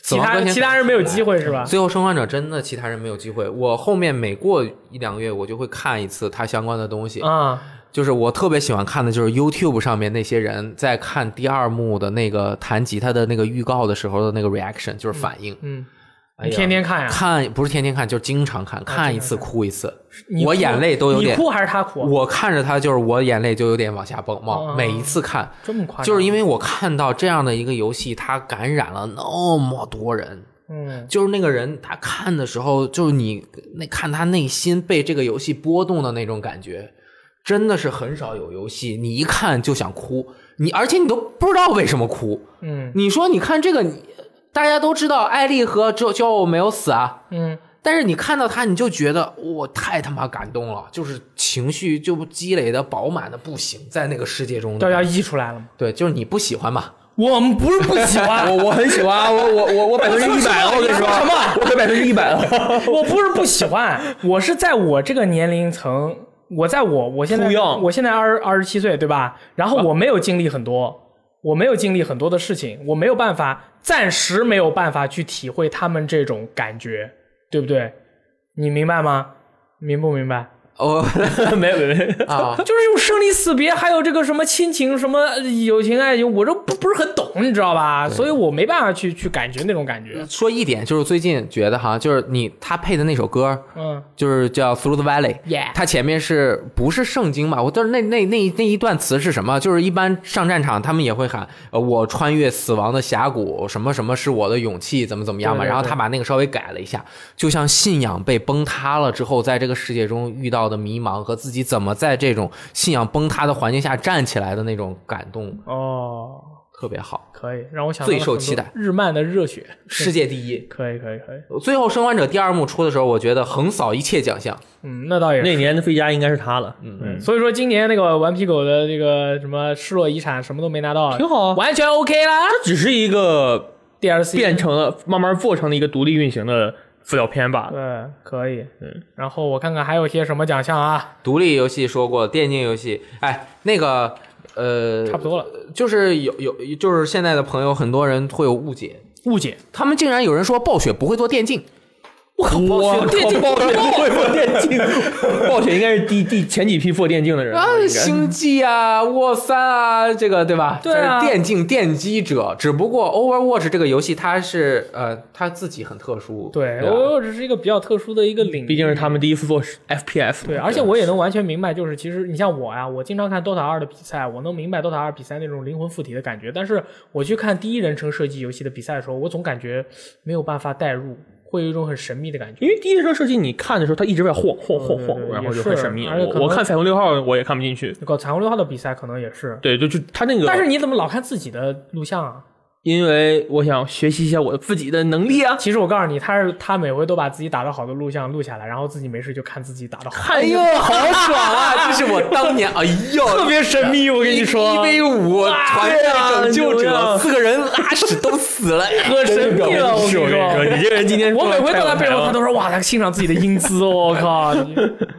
死其亡搁他浅其他人没有机会是吧？最后生还者真的其他人没有机会。我后面每过一两个月我就会看一次他相关的东西，啊、就是我特别喜欢看的就是 YouTube 上面那些人在看第二幕的那个弹吉他的那个预告的时候的那个 reaction，就是反应。嗯，哎你呀天天看呀、看不是天天看，就是经常看，看一次哭一次。你我哭眼泪都有你点，哭还是他哭啊？我看着他就是我眼泪就有点往下蹦冒。哦每一次看，这么夸张？就是因为我看到这样的一个游戏，它感染了那么多人。嗯。就是那个人，他看的时候，就是你那看他内心被这个游戏波动的那种感觉，真的是很少有游戏，你一看就想哭，你而且你都不知道为什么哭。嗯你说，你看这个，你大家都知道艾丽和周周欧没有死啊，嗯，但是你看到他，你就觉得我太他妈感动了，就是情绪就积累的饱满的不行，在那个世界中幺的，幺一出来了吗？对，就是你不喜欢嘛，我们不是不喜 欢，我我很喜欢啊，我我我我百分之一百了，我跟你说， 什么？我可百分之一百了。 我不是不喜欢，我是在我这个年龄层，我在我我现在不要我现在二二十七岁，对吧？然后我没有经历很多，我没有经历很多的事情，我没有办法，暂时没有办法去体会他们这种感觉，对不对？你明白吗？明不明白？哦 没有没有没有，啊，就是这种生离死别，还有这个什么亲情、什么呃友情、爱情，我都不不是很懂，你知道吧？所以我没办法去去感觉那种感觉。说一点，就是最近觉得哈，就是你他配的那首歌，嗯，就是叫《Through the Valley》。 Yeah 它前面是不是圣经嘛？我但是那那那那一段词是什么？就是一般上战场他们也会喊，呃，我穿越死亡的峡谷，什么什么是我的勇气，怎么怎么样嘛。对对对然后他把那个稍微改了一下，就像信仰被崩塌了之后，在这个世界中遇到的迷茫和自己怎么在这种信仰崩塌的环境下站起来的那种感动，哦，特别好，可以让我想到最受了很多期待日漫的热血，世界第一。可以可以可以，最后《生还者》第二幕出的时候，我觉得横扫一切奖项。嗯，那倒也是。那年的最佳应该是他了，嗯所以说今年那个顽皮狗的这个什么失落遗产什么都没拿到，挺好啊。完全 OK 啦。只是一个 DLC 变成了慢慢做成了一个独立运行的资料片吧。对，可以。嗯，然后我看看还有些什么奖项啊，独立游戏说过，电竞游戏，哎，那个，呃，差不多了。就是有有，就是现在的朋友，很多人会有误解，误解，他们竟然有人说暴雪不会做电竞，我靠，暴雪电竞暴雪不会做电竞，暴雪应该是第第前几批做电竞的人啊，应该星际啊，沃三啊，这个对吧？对啊这是电竞奠基者，只不过 Overwatch 这个游戏它是呃，它自己很特殊，对，啊吧我我哦只是一个比较特殊的一个领域，毕竟是他们第一次做 FPS。对，而且我也能完全明白，就是其实你像我呀、啊我经常看 DOTA 二的比赛，我能明白 DOTA 二比赛那种灵魂附体的感觉。但是我去看第一人称射击游戏的比赛的时候，我总感觉没有办法代入，会有一种很神秘的感觉。因为第一人称射击，你看的时候，它一直在晃晃对晃对晃，对然后也就很是神秘。而且可我能我看彩虹六号，我也看不进去。那个彩虹六号的比赛可能也是，对，就就他那个，但是你怎么老看自己的录像啊？因为我想学习一下我自己的能力啊。其实我告诉你，他是他每回都把自己打的好的录像录下来，然后自己没事就看自己打的 好。哎呦，好爽啊！这是我当年，哎呦，特别神秘，我跟你说一 v 五团对啊战拯救牛者，呀四个人拉屎都死了，可神秘了，我跟你是说。你这个人今天我每回都在在背后，他都说哇，他欣赏自己的英姿，我 靠！你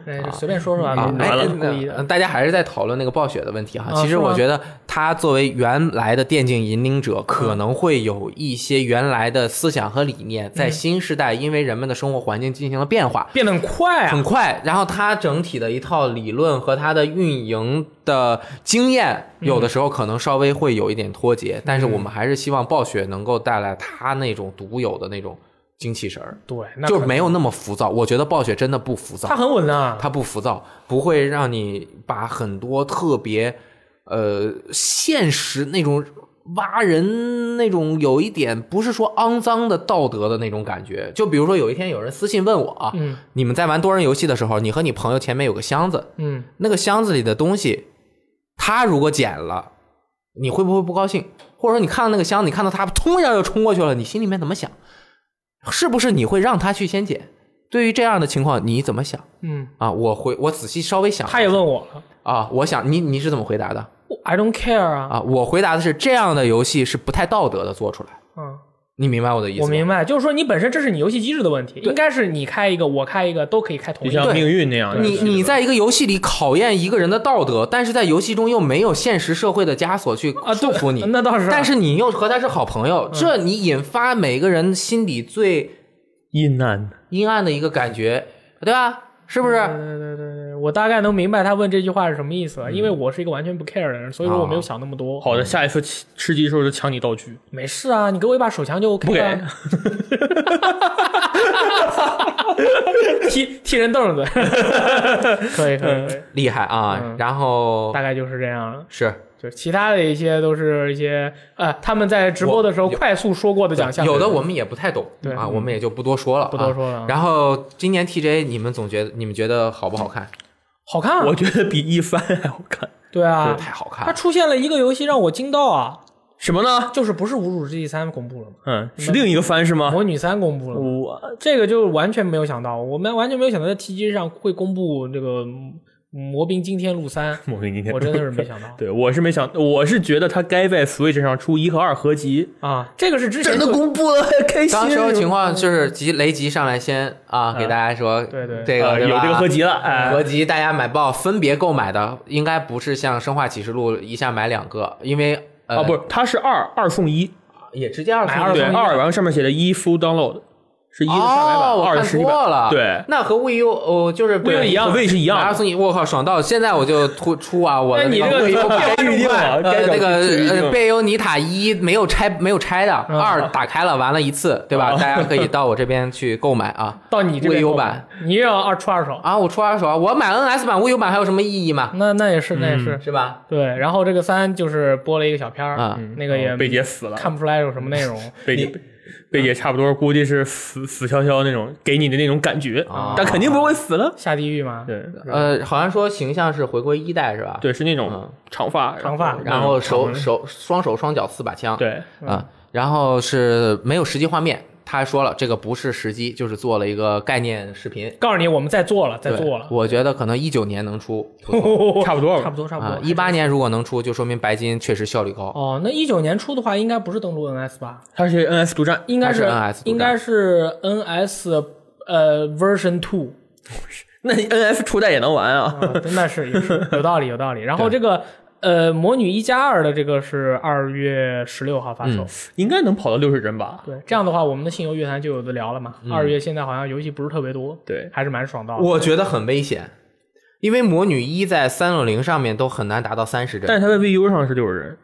哎，随便说说啊，啊没，哎完了故意的那大家还是在讨论那个暴雪的问题哈。啊其实是吗我觉得他作为原来的电竞引领者，可嗯能会有一些原来的思想和理念，嗯在新时代因为人们的生活环境进行了变化，变得很快啊很！快。然后他整体的一套理论和他的运营的经验，嗯有的时候可能稍微会有一点脱节，但是我们还是希望暴雪能够带来他那种独有的那种精气神儿，对，那就可是没有那么浮躁。我觉得暴雪真的不浮躁他，很稳啊，它不浮躁，不会让你把很多特别呃现实那种挖人那种有一点不是说肮脏的道德的那种感觉。就比如说有一天有人私信问我啊，嗯你们在玩多人游戏的时候，你和你朋友前面有个箱子，嗯，那个箱子里的东西，他如果捡了，你会不会不高兴？或者说你看到那个箱子，你看到他冲一下就冲过去了，你心里面怎么想？是不是你会让他去先捡？对于这样的情况，你怎么想？嗯，啊，我回我仔细稍微想，他也问我了啊，我想你你是怎么回答的，I don't care 啊，啊？我回答的是这样的游戏是不太道德的做出来，嗯，你明白我的意思吗？我明白，就是说你本身这是你游戏机制的问题，应该是你开一个，我开一个，都可以开同就一个。像命运那样的。你你在一个游戏里考验一个人的道德，但是在游戏中又没有现实社会的枷锁去啊，束缚对，你，那倒是， 嗯但是你又和他是好朋友，这你引发每个人心里最 阴难，阴暗的一个感觉，对吧？是不对是？对对对对，我大概能明白他问这句话是什么意思了，因为我是一个完全不 care 的人，所以说我没有想那么多。好的，下一次吃吃鸡的时候就抢你道具，没事啊，你给我一把手枪就 OK 了。 踢踢人凳子，可以可以可以，厉害嗯啊！然后大概就是这样了。是就其他的一些都是一些呃，他们在直播的时候我有快速说过的奖项，有的我们也不太懂对啊，嗯我们也就不多说了，不多说了啊然后今年 TJ 你们总觉得你们觉得好不好看？好看啊，我觉得比一番还好看。对啊，太好看它了，出现了一个游戏让我惊到啊，什么呢？就是不是《无主之地三》公布了吗？嗯，是另一个番是《吗？魔女三》公布了吗，我这个就完全没有想到，我们完全没有想到在 TG 上会公布这个《魔兵惊天路三》，我跟你我真的是没想到 对，我是没想，我是觉得他该在 Switch 上出一和二合集。啊，这个是之前就公布 了，开心当时候情况就是吉雷吉上来先啊，给大家说，对对这个呃，有这个合集。集了，哎，合集大家买爆分别购买的，应该不是像《生化启示录》一下买两个，因为呃啊，不是，它是二二送一，也直接二买送哎二对，送一啊二然后上面写的一 full download，是一的下载哦，版，我二的实看体过版，了，对那和 VU 哦就是位置一样，位置一买二样，送一，我靠，爽到现在我就突出啊，我的那你那这个个 VU 该预定了呃那个呃被贝欧尼塔一没有拆没有拆的，嗯二打开了玩了一次，对吧？啊大家可以到我这边去购买啊。到你这边 VU 购买版，你又要二出二手，啊，我出二手啊，我买 NS 版、VU 版还有什么意义吗？那那也是那也是、是吧？对，然后这个三就是播了一个小片儿，嗯啊那个也贝姐哦死了，看不出来有什么内容， 贝姐贝姐差不多估计是死死翘翘那种给你的那种感觉啊，但肯定不会死了，下地狱吗？对呃，好像说形象是回归一代是吧？，对，是那种长发长发然后长手的手双手双脚四把枪，对啊，然后是没有实际画面。他说了，这个不是实机，就是做了一个概念视频。告诉你，我们在做了，在对，做了，我觉得可能一九年能出差不多吧差不 多，差不啊多。，一八年如果能出，就说明白金确实效率高。哦，那一九年出的话，应该不是登陆 NS 吧？它是 NS 独占，应该是还是 NS 应该是 NS 呃 version two，那 NS 初代也能玩啊，啊 真的是也是有道理有道理。然后这个呃魔女一加二的这个是二月十六号发嗯售，应该能跑到六十帧吧？对，这样的话我们的信游乐坛就有的聊了嘛。二月现在好像游戏不是特别多，对，还是蛮爽到的。嗯啊我觉得很危险，因为魔女一在三六零上面都很难达到三十帧，但是它在 VU 上是六十帧，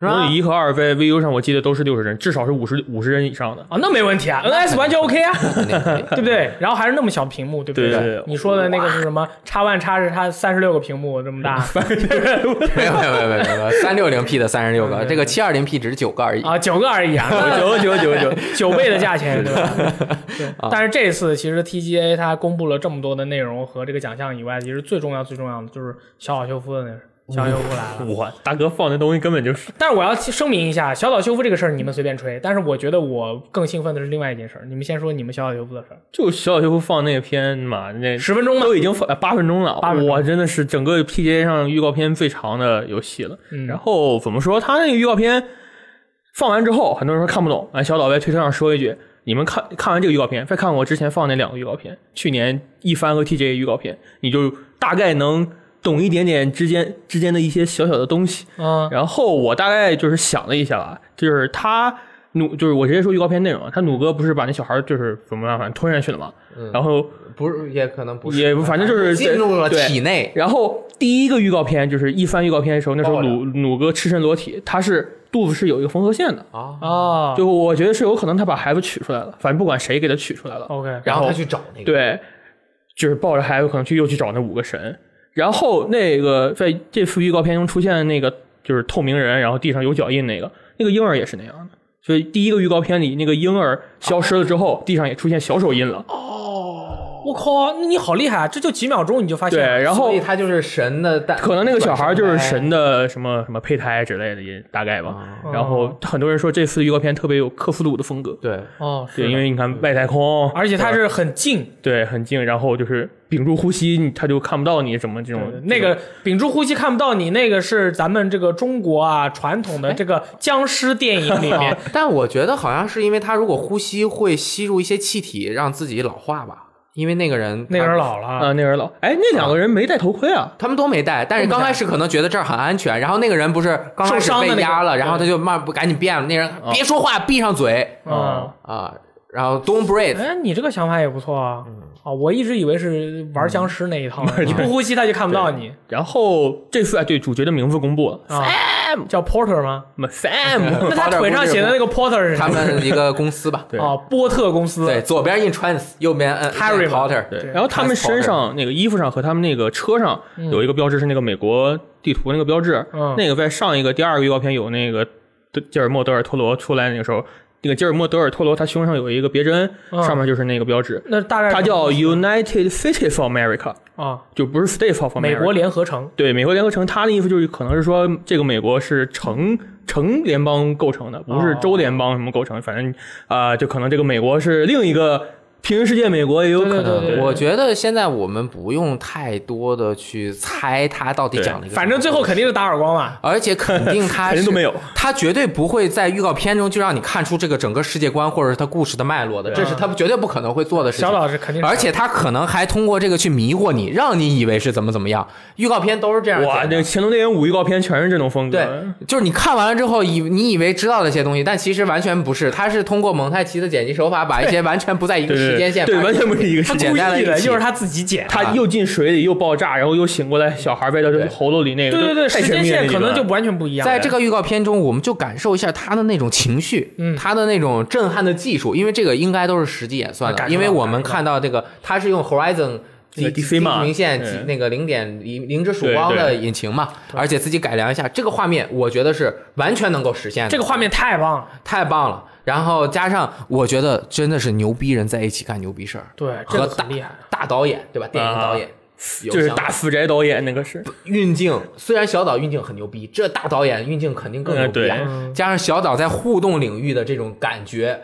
是吧魔女一和二在 VU 上我记得都是六十帧，至少是五十五十帧以上的。啊，那没问题啊，NS 完全 OK 啊，肯定肯定对不对？然后还是那么小屏幕，对不对对对你说的那个是什么？叉 One 叉是它三十六个屏幕这么大 没有没有没有没有没有，三六零 P 的三十六个，这个七二零 P 只是九个而已。啊，九个而已 啊，九九九九，九倍的价钱，对吧？对。啊但是这次其实 TGA 它公布了这么多的内容和这个奖项以外，其实最重要最重要的就是小岛秀夫的那个小岛秀夫 来了。我大哥放那东西根本就是但是我要声明一下，小岛秀夫这个事儿你们随便吹，但是我觉得我更兴奋的是另外一件事儿。你们先说你们小岛秀夫的事儿，就小小修复放那篇嘛，那十分钟吧。都已经放哎八分钟了8分，钟我真的是整个 PGA 上预告片最长的游戏了。嗯然后怎么说，他那个预告片放完之后，很多人说看不懂。啊，小岛在推特上说一句：“你们看看完这个预告片，再看我之前放那两个预告片，去年一番和 TGA 预告片，你就大概能懂一点点之间之间的一些小小的东西。”嗯然后我大概就是想了一下吧，就是他努，就是我直接说预告片内容啊，他努哥不是把那小孩儿就是怎么样，反正吞下去了嘛。然后，不是，也可嗯能不是，也反正就是啊进入了对体内。然后第一个预告片就是一番预告片的时候，那时候爆了努努哥赤身裸体，他是肚子是有一个缝合线的，啊，哦就我觉得是有可能他把孩子取出来了，反正不管谁给他取出来了， ，OK，然后后他去找那个，，对，就是抱着孩子可能去又去找那五个神，然后那个在这次预告片中出现的那个就是透明人，然后地上有脚印那个，那个婴儿也是那样的。所以第一个预告片里，那个婴儿消失了之后，地上也出现小手印了。哦我靠，那你好厉害啊！这就几秒钟你就发对，现了，然后所以他就是神的蛋，哎可能那个小孩就是转世神的什么什么胚胎之类的，也大概吧。哦然后很多人说这次预告片特别有克苏鲁的风格，对，哦，是对，的因为你看外太空，呃而且它是很近，对很近，然后就是屏住呼吸，你他就看不到你什么这种那个屏住呼吸看不到你，那个是咱们这个中国啊传统哎的这个僵尸电影里面 啊但我觉得好像是因为他如果呼吸会吸入一些气体，让自己老化吧。因为那个人，那个人老啊了，那人老哎那两个人没戴头盔啊，他们都没戴，但是刚开始可能觉得这儿很安全，然后那个人不是刚开始受伤的那个被压了，然后他就慢不赶紧变了，那人啊别说话，闭上嘴嗯。啊，然后 don't breathe，哎，你这个想法也不错啊！嗯啊，我一直以为是玩僵尸那一套呢，你不呼吸他就看不到你然后这次哎对主角的名字公布了啊。 叫 Porter 吗？ ，Sam，Sam， 那他腿上写的那个 Porter 是他啥？们一个公司吧，对啊，波特公司。对，左边印 trans，右边摁 Harry 嘛 Potter， 对对，然后他们身上那个衣服上和他们那个车上有一个标志是那个美国地图那个标志，嗯那个在上一个第二个预告片有那个德吉尔莫德尔托罗出来那个时候，那个吉尔莫德尔托罗他胸上有一个别针，嗯上面就是那个标志，那大概它叫 United Cities of America，啊，就不是 States of America。美国联合城。对美国联合城，它的意思就是可能是说这个美国是城城联邦构成的，不是州联邦什么构成，反正啊、就可能这个美国是另一个平行世界美国也有可对能。对对呃我觉得现在我们不用太多的去猜他到底讲了一个什么故事，反正最后肯定是打耳光嘛。而且肯定他肯定都是没有，他绝对不会在预告片中就让你看出这个整个世界观或者是他故事的脉络的，这是他绝对不可能会做的事情小。老师肯定是而且他可能还通过这个去迷惑你，让你以为是怎么怎么样。预告片都是这样哇，讲那的。 《乾隆电影五》预告片全是这种风格。对，就是你看完了之后，以你以为知道了一些东西，但其实完全不是。他是通过蒙太奇的剪辑手法，把一些完全不在一个对时对间线对，发完全不是一个他世故界。简单了意一的，起又是他自己剪。他又进水里，又爆炸，然后又醒过来，小孩儿在这对喉咙里那个，对对对，太时间神秘了线那可段能就完全不一样。在这个预告片中，我们就感受一下他的那种情绪，嗯他的那种震撼的技术，因为这个应该都是实际演算啊感的，受到因为我们看到这个他是用 Horizon 这个地 DC 嘛地平线对几嗯那个零点零零之曙光对的对引擎嘛，而且自己改良一下这个画面，我觉得是完全能够实现的。这个画面太棒了，太棒了，然后加上我觉得真的是牛逼人在一起干牛逼事儿，对，这和个大很厉害。啊大导演对吧？电影导演啊有就是想法大死宅导演那个是，运镜虽然小岛运镜很牛逼，这大导演运镜肯定更牛逼、啊嗯对加上小岛在互动领域的这种感觉，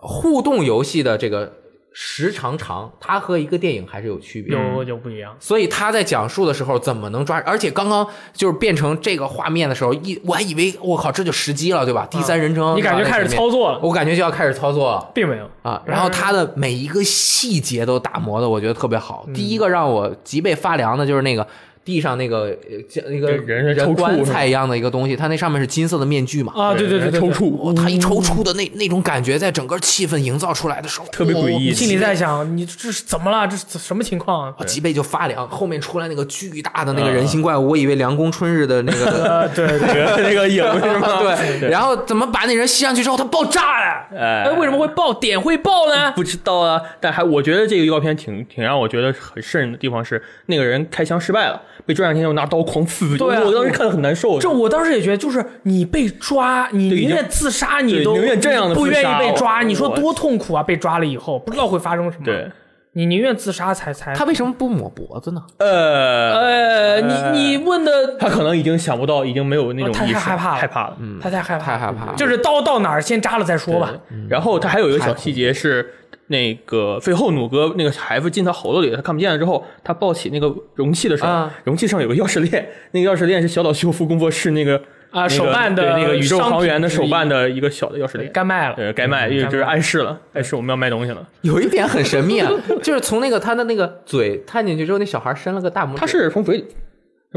互动游戏的这个时长长，它和一个电影还是有区别。有有不一样，所以他在讲述的时候怎么能抓？而且刚刚就是变成这个画面的时候，一我还以为我靠这就时机了，对吧？第三人称，啊嗯你感觉开始操作，作了，我感觉就要开始操作了。并没有。啊，然后他的每一个细节都打磨的，我觉得特别好。第一个让我脊背发凉的就是那个地上那个呃像一个跟人是抽搐棺材一样的一个东西，它那上面是金色的面具嘛，啊，对对对对，抽对。搐，哇，它一抽搐的那那种感觉，在整个气氛营造出来的时候，哦特别诡异哇你心里在想，你这是怎么了？这是什么情况啊？我脊背就发凉。后面出来那个巨大的那个人形怪物，我以为凉宫春日的那个。呃，对对对，那个影是吗？对，然后怎么把那人吸上去之后，它爆炸了。哎哎，为什么会爆点会爆呢？不知道啊，但还我觉得这个预告片挺挺让我觉得很瘆人的地方是，那个人开枪失败了，被抓两天后拿刀狂刺自己，对啊我当时看的很难受。这我当时也觉得，就是你被抓，你对已宁经愿自杀，你对都宁愿这样的不自愿杀意被抓，我你说我多痛苦啊！被抓了以后，不知道会发生什么。对，，你宁愿自杀才才他为什么不抹脖子呢？呃，呃，你你问的他可能已经想不到，已经没有那种哦太意识，害怕了害怕了。他太害怕，太害怕了。就是刀到哪儿先扎了再说吧。然后他还有一个小细节是，那个最后弩哥那个孩子进他喉咙里，他看不见了之后，他抱起那个容器的时候，啊容器上有个钥匙链，那个钥匙链是小岛修复工作室那个啊那个手办的对那个宇宙商品航员的之手一办的一个小的钥匙链。该卖了，呃，该卖，因为就是该卖暗示了，暗示我们要卖东西了。有一点很神秘啊，就是从那个他的那个嘴探进去之后，那小孩伸了个大拇指，他是从嘴里，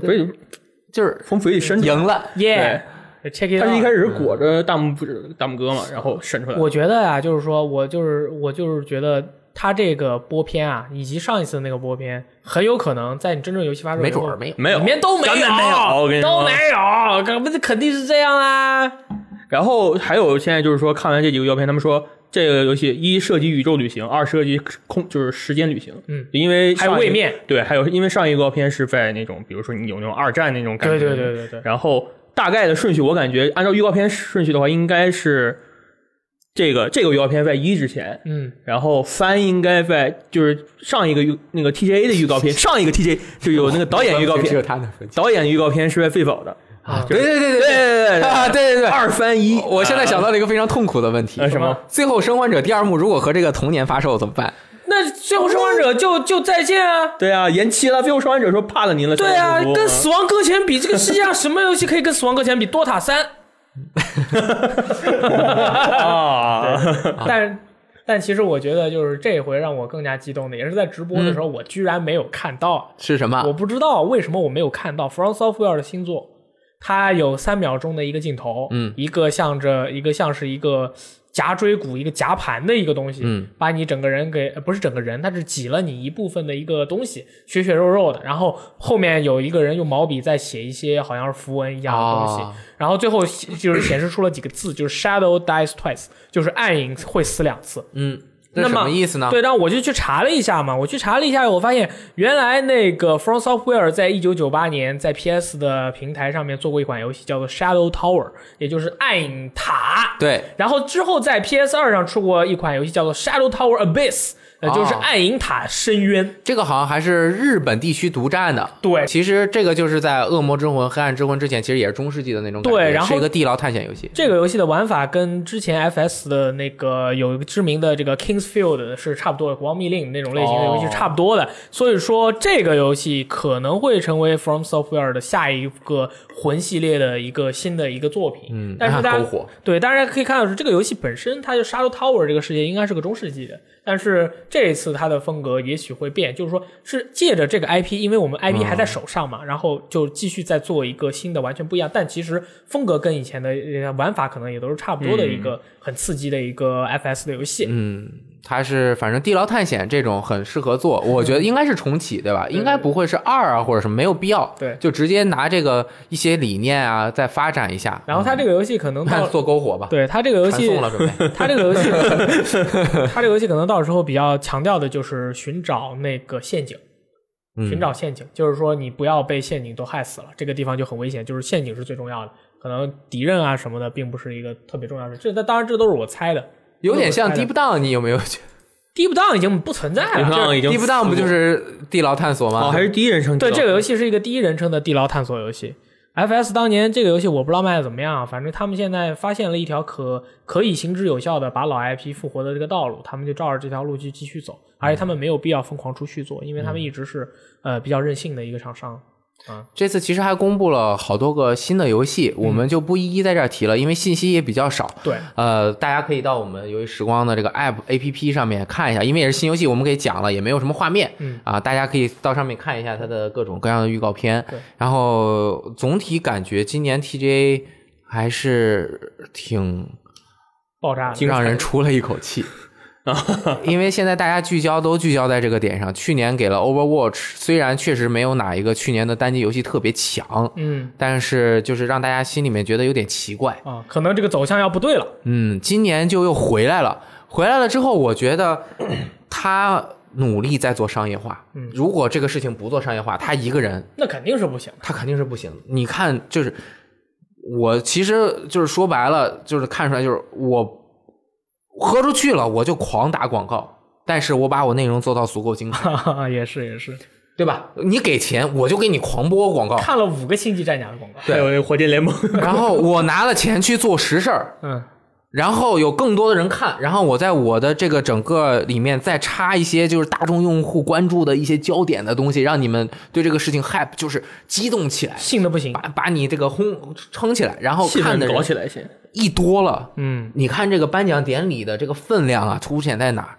嘴里就是从嘴里伸出来，赢了，耶、yeah,，check it out。他是一开始是裹着大拇指、大拇哥嘛，然后伸出来。我觉得啊，就是说我就是我就是觉得他这个播片啊，以及上一次那个播片，很有可能在你真正游戏发售以后没准儿没有。没有，里面都没有，根本没有我跟你说哦都没有，根本肯定是这样啊啦。然后还有现在就是说，看完这几个预告片，他们说这个游戏一涉及宇宙旅行，二涉及空就是时间旅行。嗯，因为还有上一位面，对，还有因为上一个预告片是在那种比如说你有那种二战那种感觉，对对对对对然后大概的顺序，我感觉按照预告片顺序的话，应该是这个这个预告片在一之前，嗯，然后番应该在就是上一个预那个 TGA 的预告片，上一个 TJ 就有那个导演预告只有片，他能分清导演预告片是在最早的啊，就对是对对对对对对啊，对对对对对，。二番一，我现在想到了一个非常痛苦的问题呃，什么？最后《生还者》第二幕如果和这个同年发售怎么办？那最后生还者就就再见啊！对啊，延期了，最后生还者说怕了您了，对啊，小主播跟死亡搁浅比，这个世界上什么游戏可以跟死亡搁浅比？多塔三，啊，但但其实我觉得就是这回让我更加激动的，也是在直播的时候，嗯我居然没有看到，啊是什么我？不知道为什么我没有看到 From Software 的新作，它有三秒钟的一个镜头，嗯，一个向着一个像是一个夹椎骨一个夹盘的一个东西，嗯，把你整个人给呃不是整个人，它是挤了你一部分的一个东西，血血肉肉的，然后后面有一个人用毛笔在写一些好像是符文一样的东西，哦然后最后显就是显示出了几个字，就是 Shadow dies twice，就是暗影会死两次，嗯，这那什么么意思呢？对，然后我就去查了一下嘛，我去查了一下，我发现原来那个 From Software 在一九九八年在 PS 的平台上面做过一款游戏，叫做 Shadow Tower，也就是暗影塔。对，然后之后在 PS 二上出过一款游戏，叫做 Shadow Tower Abyss，那就是哦暗影塔深渊。这个好像还是日本地区独占的。对其实这个就是在《恶魔之魂》《黑暗之魂》之前，其实也是中世纪的那种感觉，对然后是一个地牢探险游戏。这个游戏的玩法跟之前 FS 的那个有一个知名的这个 Kingsfield 是差不多的，国王密令那种类型的游戏是哦差不多的。所以说，这个游戏可能会成为 From Software 的下一个魂系列的一个新的一个作品。嗯，但是那大它篝家火，对，大家可以看到是这个游戏本身，它就 Shadow Tower 这个世界应该是个中世纪的，但是这一次它的风格也许会变，就是说是借着这个 IP，因为我们嗯 IP 还在手上嘛，然后就继续再做一个新的完全不一样，但其实风格跟以前的呃玩法可能也都是差不多的一个、很刺激的一个 FS 的游戏。嗯，它是反正地牢探险这种很适合做，我觉得应该是重启，对吧？应该不会是二啊或者什么，没有必要。对就直接拿这个一些理念啊再发展一下，然后它这个游戏可 能到看做篝火吧， 对它这个游传戏送了准备。 它这个游戏可，它这个游戏可能到时候比较强调的就是寻找那个陷阱，嗯寻找陷阱，就是说你不要被陷阱都害死了，这个地方就很危险，就是陷阱是最重要的。可能敌人啊什么的，并不是一个特别重要的事。这，但当然这都是我猜的。有点像 Deep 地 Down，你有没有觉得地不当已经不存在你了。看啊已经 Deep Down 不就是地牢探索哦，吗还？是第一人称对，这个个游戏是一个第一人称的地牢探索游戏。F.S. 当年这个游戏我不知道卖的怎么样啊，反正他们现在发现了一条可可以行之有效的把老 IP 复活的这个道路，他们就照着这条路去继续走，而且他们没有必要疯狂出续作，因为他们一直是、呃比较任性的一个厂商。这次其实还公布了好多个新的游戏，我嗯们就不一一在这儿提了，因为信息也比较少。对，呃，大家可以到我们由于时光的这个 app A P P 上面看一下，因为也是新游戏，我们给讲了，也没有什么画面，嗯啊，大家可以到上面看一下它的各种各样的预告片对。然后总体感觉今年 T J A 还是挺爆炸了。让人出了一口气。因为现在大家聚焦都聚焦在这个点上。去年给了 Overwatch，虽然确实没有哪一个去年的单机游戏特别强，嗯但是就是让大家心里面觉得有点奇怪。啊，可能这个走向要不对了。嗯，今年就又回来了。回来了之后，我觉得他努力在做商业化。嗯如果这个事情不做商业化，他一个人那肯定是不行的。他肯定是不行的。你看，就是我其实就是说白了，就是看出来，就是我喝出去了，我就狂打广告，但是我把我内容做到足够精彩，哈哈哈，也是也是， 对吧？你给钱，我就给你狂播广告，看了五个星际战甲的广告。还有那个火箭联盟， 然后我拿了钱去做实事儿，嗯，然后有更多的人看，然后我在我的这个整个里面再插一些就是大众用户关注的一些焦点的东西，让你们对这个事情 hype 就是激动起来，信的不行把。把你这个轰撑起来，然后气看的氛搞人起来先。一多了，嗯，你看这个颁奖典礼的这个分量啊，凸显在哪儿？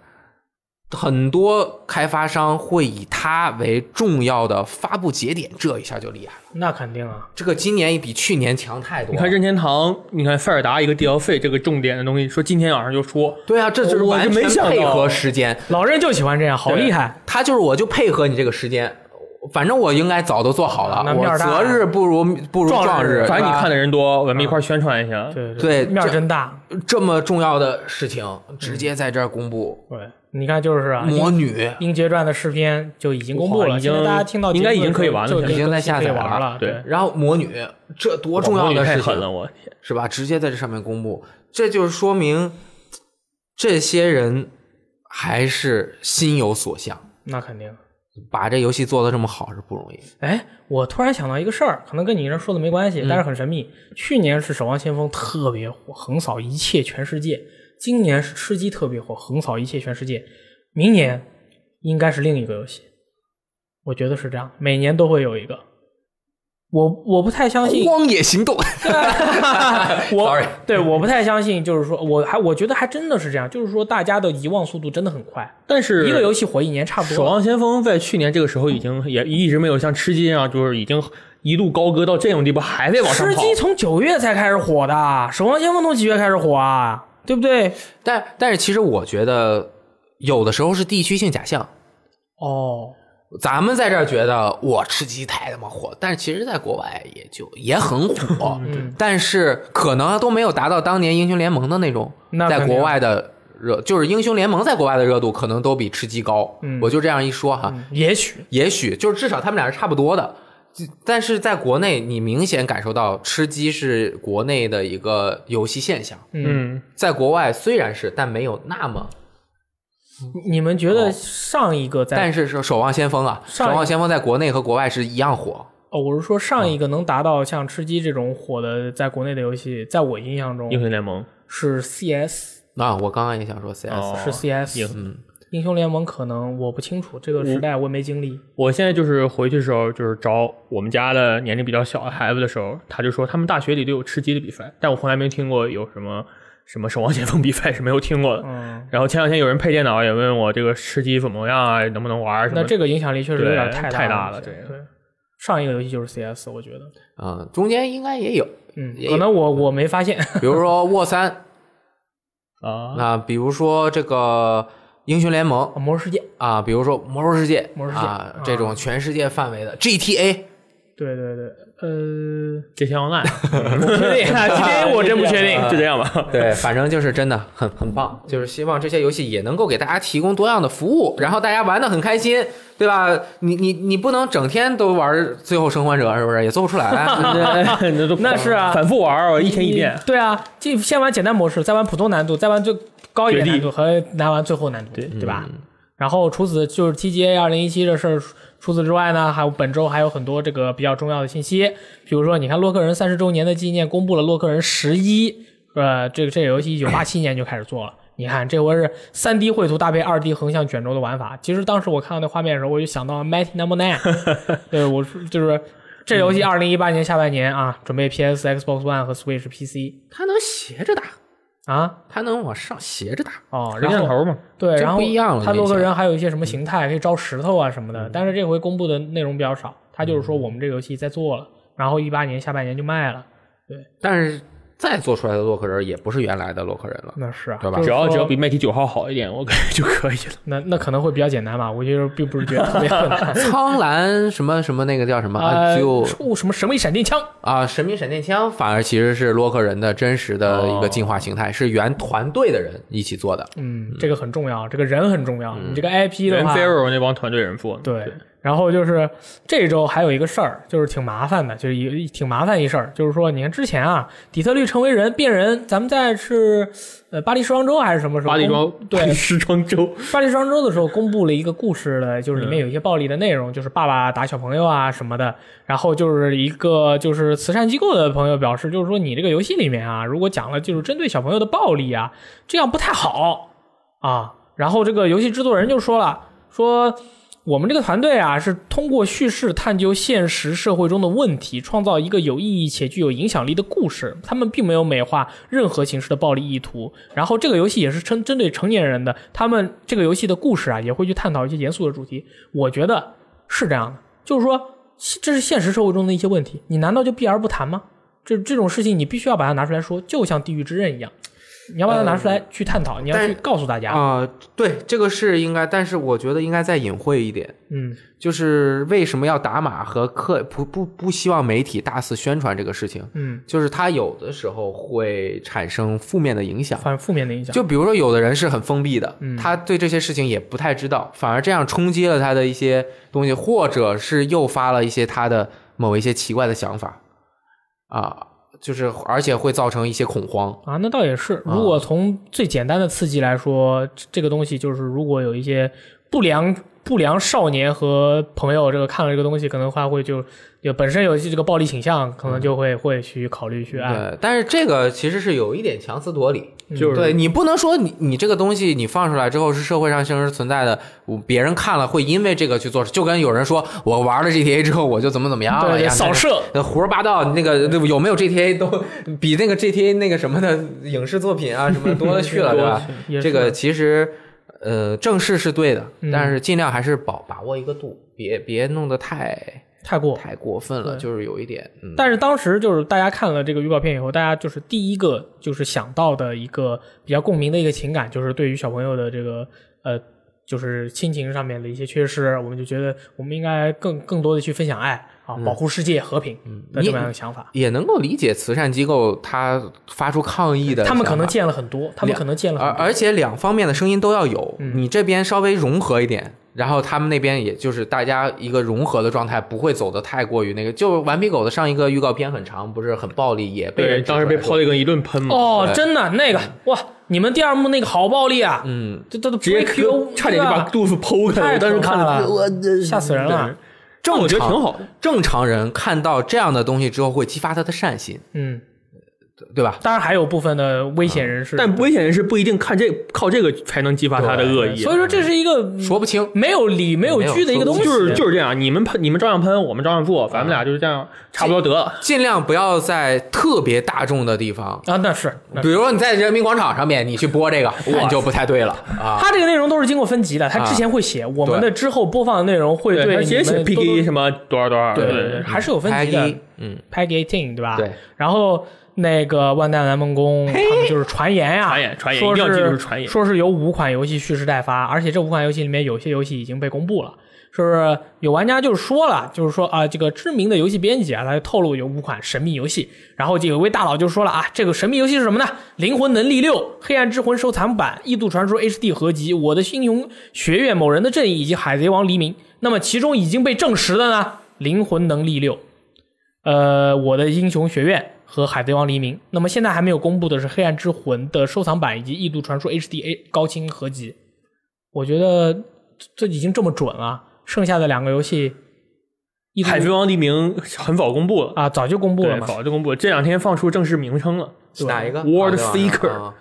很多开发商会以它为重要的发布节点，这一下就厉害了。那肯定啊。这个今年比去年强太多你了看。任天堂，你看塞尔达一个 DLC 这个重点的东西，说今天晚上就出，对啊，这就是我完就没全想到啊配合时间，老任就喜欢这样，好对厉害。他就是我就配合你这个时间，反正我应该早都做好了那。面我儿大择日不如不如撞日，反正你对吧看的人多，我们一块儿宣传一下。对对面儿这真大。这么重要的事情，直嗯接在这儿公布。对，你看就是啊，魔女英杰传的试片就已经公布哇了，已经现在大家听到应该节目已经可以玩了就现在已经在在下载了玩了。对然后魔女，这多重要我的太事狠情了，我天！是吧？直接在这上面公布，这就是说明这些人还是心有所向，那肯定。把这游戏做的这么好是不容易。哎，我突然想到一个事儿，可能跟你这说的没关系，嗯但是很神秘。去年是《守望先锋》特别火，横扫一切全世界；今年是《吃鸡》特别火，横扫一切全世界；明年应该是另一个游戏，我觉得是这样，每年都会有一个。我我不太相信，荒野行动， 我 Sorry 对我不太相信，就是说，我还我觉得还真的是这样，就是说大家的遗忘速度真的很快，但是一个游戏火一年差不守多。望先锋在去年这个时候已经也一直没有像吃鸡一样，就是已经一路高歌到这种地步，还在往上吃跑。鸡从九月才开始火的，守望先锋从几月开始火啊？对不对？但但是其实我觉得有的时候是地区性假象。哦，咱们在这儿觉得我吃鸡太他妈火，但是其实在国外也就也很嗯火，但是可能都没有达到当年英雄联盟的那种那肯在定国外的热，就是英雄联盟在国外的热度可能都比吃鸡高。嗯我就这样一说哈，也许也许就是至少他们俩是差不多的。但是在国内，你明显感受到吃鸡是国内的一个游戏现象，嗯，在国外虽然是，但没有那么。你们觉得哦上一个在，但是说《守望先锋》啊，《守上一望先锋》在国内和国外是一样火。哦，我是说上嗯一个能达到像吃鸡这种火的，在国内的游戏，在我印象中英雄联盟是 CS，啊，我刚刚也想说 CS，、哦是 CS，英英雄联盟可能我不清楚，这个时代我没经历。我现在就是回去的时候，就是找我们家的年龄比较小的孩子的时候，他就说他们大学里都有吃鸡的比赛，但我从来没听过有什么什么守望先锋比赛是没有听过的。嗯，然后前两天有人配电脑也问我这个吃鸡怎么样啊，能不能玩儿什么那的？这个影响力确实有点对大太大大了对这个对，上一个游戏就是 CS，我觉得，嗯，中间应该也有，嗯，也有可能我我没发现。 比如说沃三，啊，那比如说这个英雄联盟魔兽世界，啊，比如说魔兽世界，魔兽世界啊啊，这种全世界范围的 GTA，对对对，呃，这些 online，啊不确 定，GTA 我真不确定。就这样吧。 对，反正就是真的很很棒，就是希望这些游戏也能够给大家提供多样的服务，然后大家玩的很开心，对吧？你你你不能整天都玩《最后生还者》，是不是也做不出 来？啊那都那是啊反复玩儿，一天一遍 你。对啊，这先玩简单模式，再玩普通难度，再玩最高一点绝地难度和拿完最后难度，对对吧？嗯然后除此就是 TGA 二零一七这事儿，除此之外呢，还有本周还有很多这个比较重要的信息，比如说你看洛克人三十周年的纪念，公布了洛克人十一，呃，这个这个游戏一九八七年就开始做了。你看，这回是三 D 绘图搭配二 D 横向卷轴的玩法。其实当时我看到那画面的时候，我就想到 Mighty Number、Nine，对 我是就是这游戏二零一八年下半年啊，准备 PS、Xbox One 和 Switch、PC 它能斜 着打，啊，它能往上斜着打，哦，手然电后头嘛，对，这然后不一样了它跟以洛克前人还有一些什么形态可以招石头啊什么的，但是这回公布的内容比较少，它就是说我们这个游戏在做了，然后一八年下半年就卖了，但是再做出来的洛克人也不是原来的洛克人了。那是啊，对吧就是只要说只要比麦提九号好一点，我感觉就可以了。那那可能会比较简单吧，我觉得并不是觉得特别困难苍蓝什么什么那个叫什么啊？ 啊，就出什么神秘闪电枪，啊，神秘闪电枪反而其实是洛克人的真实的一个进化形态，是原团队的人一起做的。嗯，这个很重要，这个人很重要，你这个 IP 的人话， Zero 那帮团队人做的，嗯对，然后就是这周还有一个事儿，就是挺麻烦的，就是一挺麻烦一事儿，就是说，你看之前啊，底特律成为人变人，咱们在是呃巴黎时装周还是什么时候？巴黎庄对巴黎时装周，巴黎时装周的时候公布了一个故事的，就是里面有一些暴力的内容，就是爸爸打小朋友啊什么的。然后就是一个就是慈善机构的朋友表示，就是说你这个游戏里面啊，如果讲了就是针对小朋友的暴力啊，这样不太好啊。然后这个游戏制作人就说了，说我们这个团队啊是通过叙事探究现实社会中的问题，创造一个有意义且具有影响力的故事。他们并没有美化任何形式的暴力意图。然后这个游戏也是针针对成年人的，他们这个游戏的故事啊也会去探讨一些严肃的主题。我觉得是这样的，就是说这是现实社会中的一些问题，你难道就避而不谈吗？这这种事情你必须要把它拿出来说，就像《地狱之刃》一样。你要把它拿出来去探讨，你要但去告诉大家。啊、对，这个是应该，但是我觉得应该再隐晦一点，嗯就是为什么要打码和刻不不不希望媒体大肆宣传这个事情，嗯，就是它有的时候会产生负面的影响。反负面的影响。就比如说，有的人是很封闭的，嗯他对这些事情也不太知道，反而这样冲击了他的一些东西，或者是诱发了一些他的某一些奇怪的想法，啊，就是而且会造成一些恐慌。啊，那倒也是。如果从最简单的刺激来说，这这个东西就是，如果有一些不良不良少年和朋友，这个看了这个东西，可能他会就有本身有一些这个暴力倾向，可能就会、会去考虑去啊按。嗯对，但是这个其实是有一点强词夺理，嗯就是对你不能说你你这个东西你放出来之后是社会上现实存在的，我别人看了会因为这个去做事，就跟有人说我玩了 GTA 之后我就怎么怎么样了对，呀，扫射。呃，胡说八道，那个有没有 GTA 都比那个 GTA 那个什么的影视作品啊什么的多了去了，对吧？ 也是这个其实，呃，正视是对的，嗯但是尽量还是保把握一个度，别别弄得太太过。太过分了，对就是有一点，嗯，但是当时就是大家看了这个预告片以后，大家就是第一个就是想到的一个比较共鸣的一个情感，就是对于小朋友的这个呃，就是亲情上面的一些缺失，我们就觉得我们应该更更多的去分享爱啊，嗯保护世界和平的这么样的想法。也能够理解慈善机构他发出抗议的想法，他们可能见了很多，他们可能见了而很啊多。嗯而且两方面的声音都要有，你这边稍微融合一点，然后他们那边也就是大家一个融合的状态，不会走的太过于那个。就顽皮狗的上一个预告片很长，不是很暴力，也被对，人当时被指出来 Polygon 一顿喷嘛，哦，对真的那嗯个哇，你们第二幕那个好暴力啊！嗯，这这都直接 Q， Q，差点就把杜甫剖开了。太我当时可怕看着了我的吓死人了。这我觉得挺好的，正常人看到这样的东西之后会激发他的善心，嗯，对吧？当然还有部分的危险人士，但危险人是不一定看这靠这个才能激发他的恶意。所以说这是一个说不清。没有理没有据的一个东西，就是就是这样，你们喷你们照样喷，我们照样做，咱啊们俩就是这样，差不多得了。尽量不要在特别大众的地方，啊，那是那是比如说你在人民广场上面，你去播这个，你就不太对了啊。他这个内容都是经过分级的，他之前会写我们的之后播放的内容会他直接你写们 P 都 K 什么多少多少，对对对对，还 是有分拍级的啊一，嗯， Peggy Ting 对吧？对。然后那个万代南梦宫，他们就是传言呀，传言传言说一定要记住是是传言说是有五款游戏蓄势待发，而且这五款游戏里面有些游戏已经被公布了。说是有玩家就是说了，就是说啊，这个知名的游戏编辑啊，他就透露有五款神秘游戏，然后就有一位大佬就说了啊，这个神秘游戏是什么呢？《灵魂能力六》《黑暗之魂收藏版》《异度传说 HD 合集》《我的英雄学院》《某人的正义》以及《海贼王黎明》。那么其中已经被证实的呢，《灵魂能力六》呃，我的英雄学院和海贼王黎明。那么现在还没有公布的是《黑暗之魂》的收藏版以及《异度传说 HD A 高清合集。我觉得这这已经这么准了，剩下的两个游戏，异度海贼王黎明很早公布了，啊早就公布了对，嘛。早就公布了，这两天放出正式名称了。是哪一个 World 啊对吧 Seeker 啊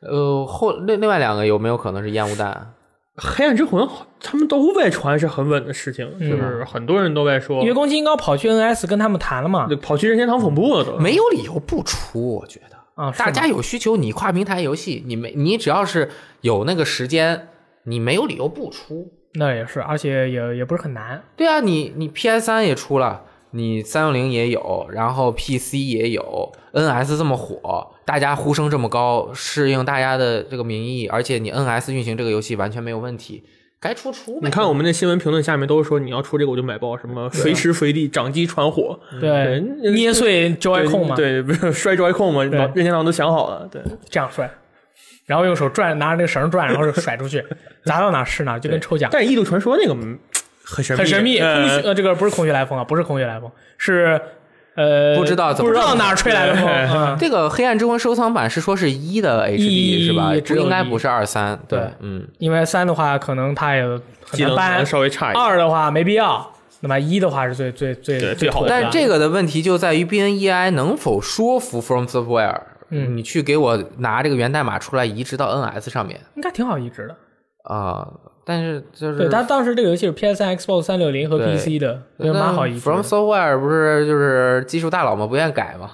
呃，后另另外两个有没有可能是烟雾弹？黑暗之魂，他们都在传是很稳的事情，就是很多人都在说因，为宫崎英高跑去 NS 跟他们谈了嘛，跑去任天堂总部了都。没有理由不出，我觉得啊，是大吗家有需求，你跨平台游戏，你没你只要是有那个时间，你没有理由不出。那也是，而且也也不是很难。对啊，你你 PS 三也出了，你三六零也有，然后 PC 也有，NS 这么火，大家呼声这么高，适应大家的这个民意，而且你 NS 运行这个游戏完全没有问题，该出出呗。你看我们那新闻评论下面都说你要出这个我就买爆，什么随时随地掌机传火，啊对，嗯对捏碎 Joy 控嘛，对，对摔 Joy 控嘛，任天堂都想好了，对，这样摔，然后用手转，拿着那个绳转，然后就甩 出去，砸到哪是哪，就跟抽奖。但是《异度传说》那个嗯很神秘，很神秘，空呃穴呃，这个不是空穴来风啊，不是空穴来风，是呃，不知道怎不么知道哪儿吹来的风。对嗯这个《黑暗之魂》收藏版是说是一的 HD 一是吧？只有应该一不是二三。对嗯，因为三的话，可能它也很技难能可能搬；稍微差一点。二的话没必要，那么一的话是最最最对最好妥的的。但这个的问题就在于 BNEI 能否说服 From Software，、嗯你去给我拿这个源代码出来移植到 NS 上面应该挺好移植的，啊、但是就是对，它当时这个游戏是 PS3、Xbox 三六零和对 PC 的，那也蛮好移植的。From Software 不是就是技术大佬嘛，不愿改 嘛，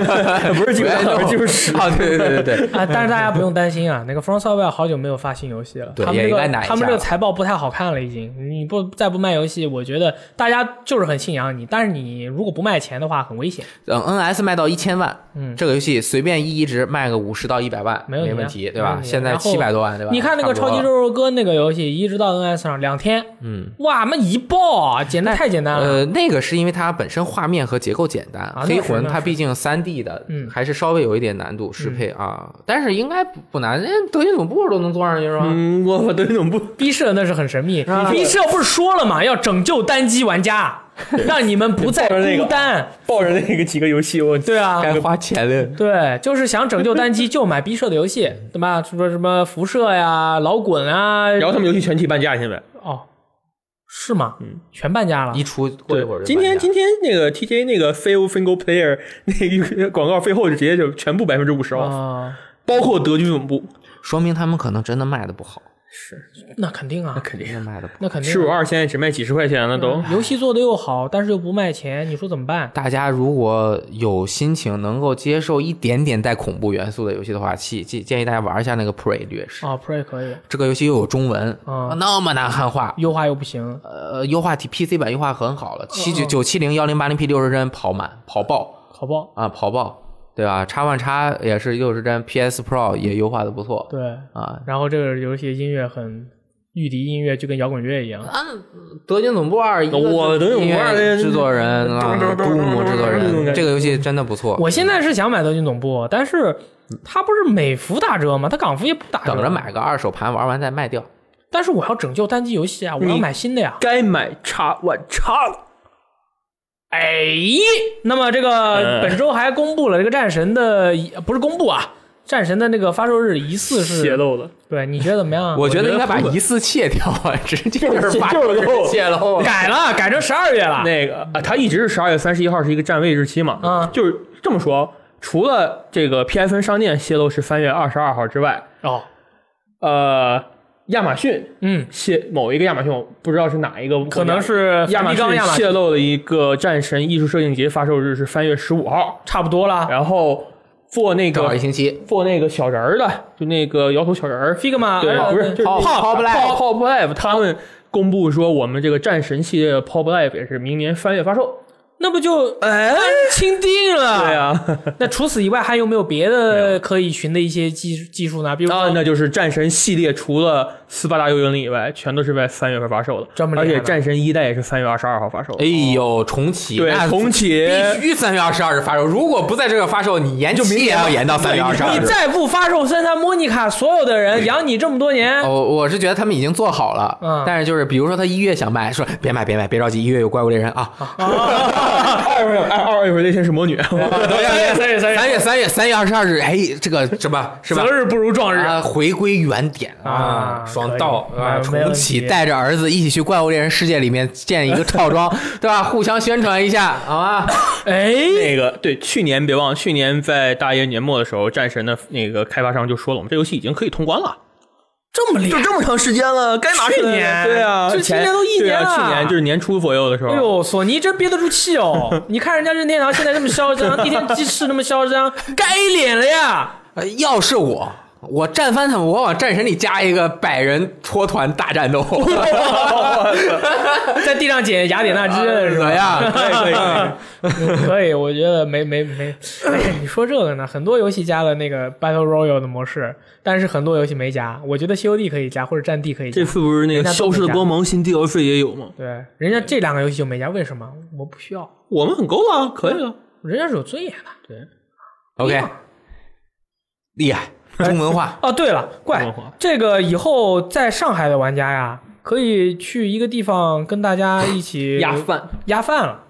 不是技术大佬，技术屎。啊，对对对对啊，但是大家不用担心啊，那个 From Software 好久没有发新游戏了，对他们也这个应该拿一下他们这个财报不太好看了，已经。你不再不卖游戏，我觉得大家就是很信仰你，但是你如果不卖钱的话，很危险。对，嗯，NS 卖到一千万，嗯这个游戏随便一移植卖个五十到一百万，没问题没啊问题，对没吧问？题现在然后七百多万，对吧？你看那个差超不多级肉肉哥那个游戏移植到 NS 上两天，嗯，哇，那一爆啊，简直太简单了。呃，那个是因为它本身画面和结构简单，啊黑那是魂那它是毕竟三 D 的，嗯还是稍微有一点难度适配啊，但是应该不不难，人家德军总部都能做上去是吧？嗯，我德军总部逼社那是很神秘啊，逼社不是说了吗？要拯救单机玩家， 让你们不再抱着那个孤单。抱着那个几个游戏，我对 啊，该花钱了。对，就是想拯救单机，就买逼社的游 戏，对吧？说什么辐射呀、老滚啊，然后他们游戏全体半价，现在哦，是吗？全半价了。嗯一出过一会儿就今天搬家今天那个 TJ 那个 Fail Fingo Player 那个广告费后就直接就全部百分之五十 off，哦啊、包括德军总部，说明他们可能真的卖的不好，那肯定啊，嗯肯真的卖的不好。那肯定十五二现在只卖几十块钱了都。游戏做的又好，但是又不卖钱，你说怎么办？大家如果有心情能够接受一点点带恐怖元素的游戏的话，建建建议大家玩一下那个 Prey 掠食。啊 p r a y 可以，这个游戏又有中文，嗯啊那么难汉化，优化又不行，呃，优化体 PC 版优化很好了，七嗯九九七零幺零八零 P 六十帧跑满跑爆好不好？啊跑爆，对吧？叉 One 叉也是六十帧，PS Pro 也优化的不错对，啊。然后这个游戏音乐很御敌音乐，就跟摇滚乐一样。啊德军总部二，一个我德军总部二音乐制作人咚啊，咚杜咚咚姆制作咚咚人，咚这个游戏真的不错。我现在是想买德军总部，但是它不是美服打折吗？它港服也不打折，等着。买个二手盘玩完再卖掉。但是我要拯救单机游戏啊，我要你买新的呀。该买叉万叉了，哎，那么这个呃本周还公布了这个战神的，不是公布啊，战神的那个发售日疑似泄是，露了。对，你觉得怎么样啊？我觉我觉得得应该把不稳疑似卸掉啊，直接就是把就是就是泄露 啊。改了，改成十二月了。那个啊，它一直是十二月三十一号是一个占位日期嘛，嗯就是这么说。除了这个 PSN 商店泄露是三月二十二号之外，哦，呃，亚马逊嗯，泄某一个亚马逊，我不知道是哪一个，可能是亚马梵蒂冈逊亚马逊泄露了一个战神艺术摄影节发售日是三月十五号，差不多了。然后做那正好个一星期。做那个小人儿的，就那个摇头小人儿， Figma 对，呃不是就是泡泡 Pop Live Pop Live，他们公布说我们这个战神系列的 Pop Live 也是明年三月发售。那不就哎钦定了？对呀、啊，那除此以外还有没有别的可以寻的一些技技术呢？比如啊说，那就是战神系列除了斯巴达幽灵以外，全都是在三月份发售的，这么厉害而呢且战神一代也是三月二十二号发售的。哎呦，重启！对那，重启必须三月二十二日发售，如果不在这个发售，你延期也要延到三月二十二你日。再不发售《森三莫妮卡》，所有的人养你这么多年， 哦，我是觉得他们已经做好了，嗯但是就是比如说他一月想卖，说别买别买，别着急，一月有怪物猎人啊， 二月份二二月份那天是魔女，等一下等一三月下三月三月三月三月二十二日，哎，这个什么是吧择？日不如撞日。啊，回归原点啊爽到可以啊，没没重问启，题带着儿子一起去怪物猎人世界里面建一个套装， 对吧？互相宣传一下，好吗？哎，那个对，去年别忘，了，去年在大爷年末的时候，战神的那个开发商就说了，我们这游戏已经可以通关了，这么厉害，这么长时间了，该拿去年对啊，这前今年都一对啊年了去年就是年初左右的时候。 哎呦，索尼真憋得住气哦！你看人家任天堂现在这么嚣张，地天鸡翅那么嚣张，该脸了呀！呃要是我，我战翻他们，我往战神里加一个百人戳团大 战斗， 在地上捡雅典娜之刃是怎吧 么？样？可以可以可以可以，我觉得没没没、哎呀你说这个呢，很多游戏加了那个 Battle Royale 的模式，但是很多游戏没加。我觉得 COD 可以加，或者战地可以加这。次不是那个《消失的光芒》新 DLC 也有吗？对，人家这两个游戏就没加，为什么？我不需要，我们很够了，啊可以了。人家是有尊严的。 OK，厉害，中文化。哦，对了，怪中文化这个以后在上海的玩家呀，可以去一个地方跟大家一起饭，压饭了。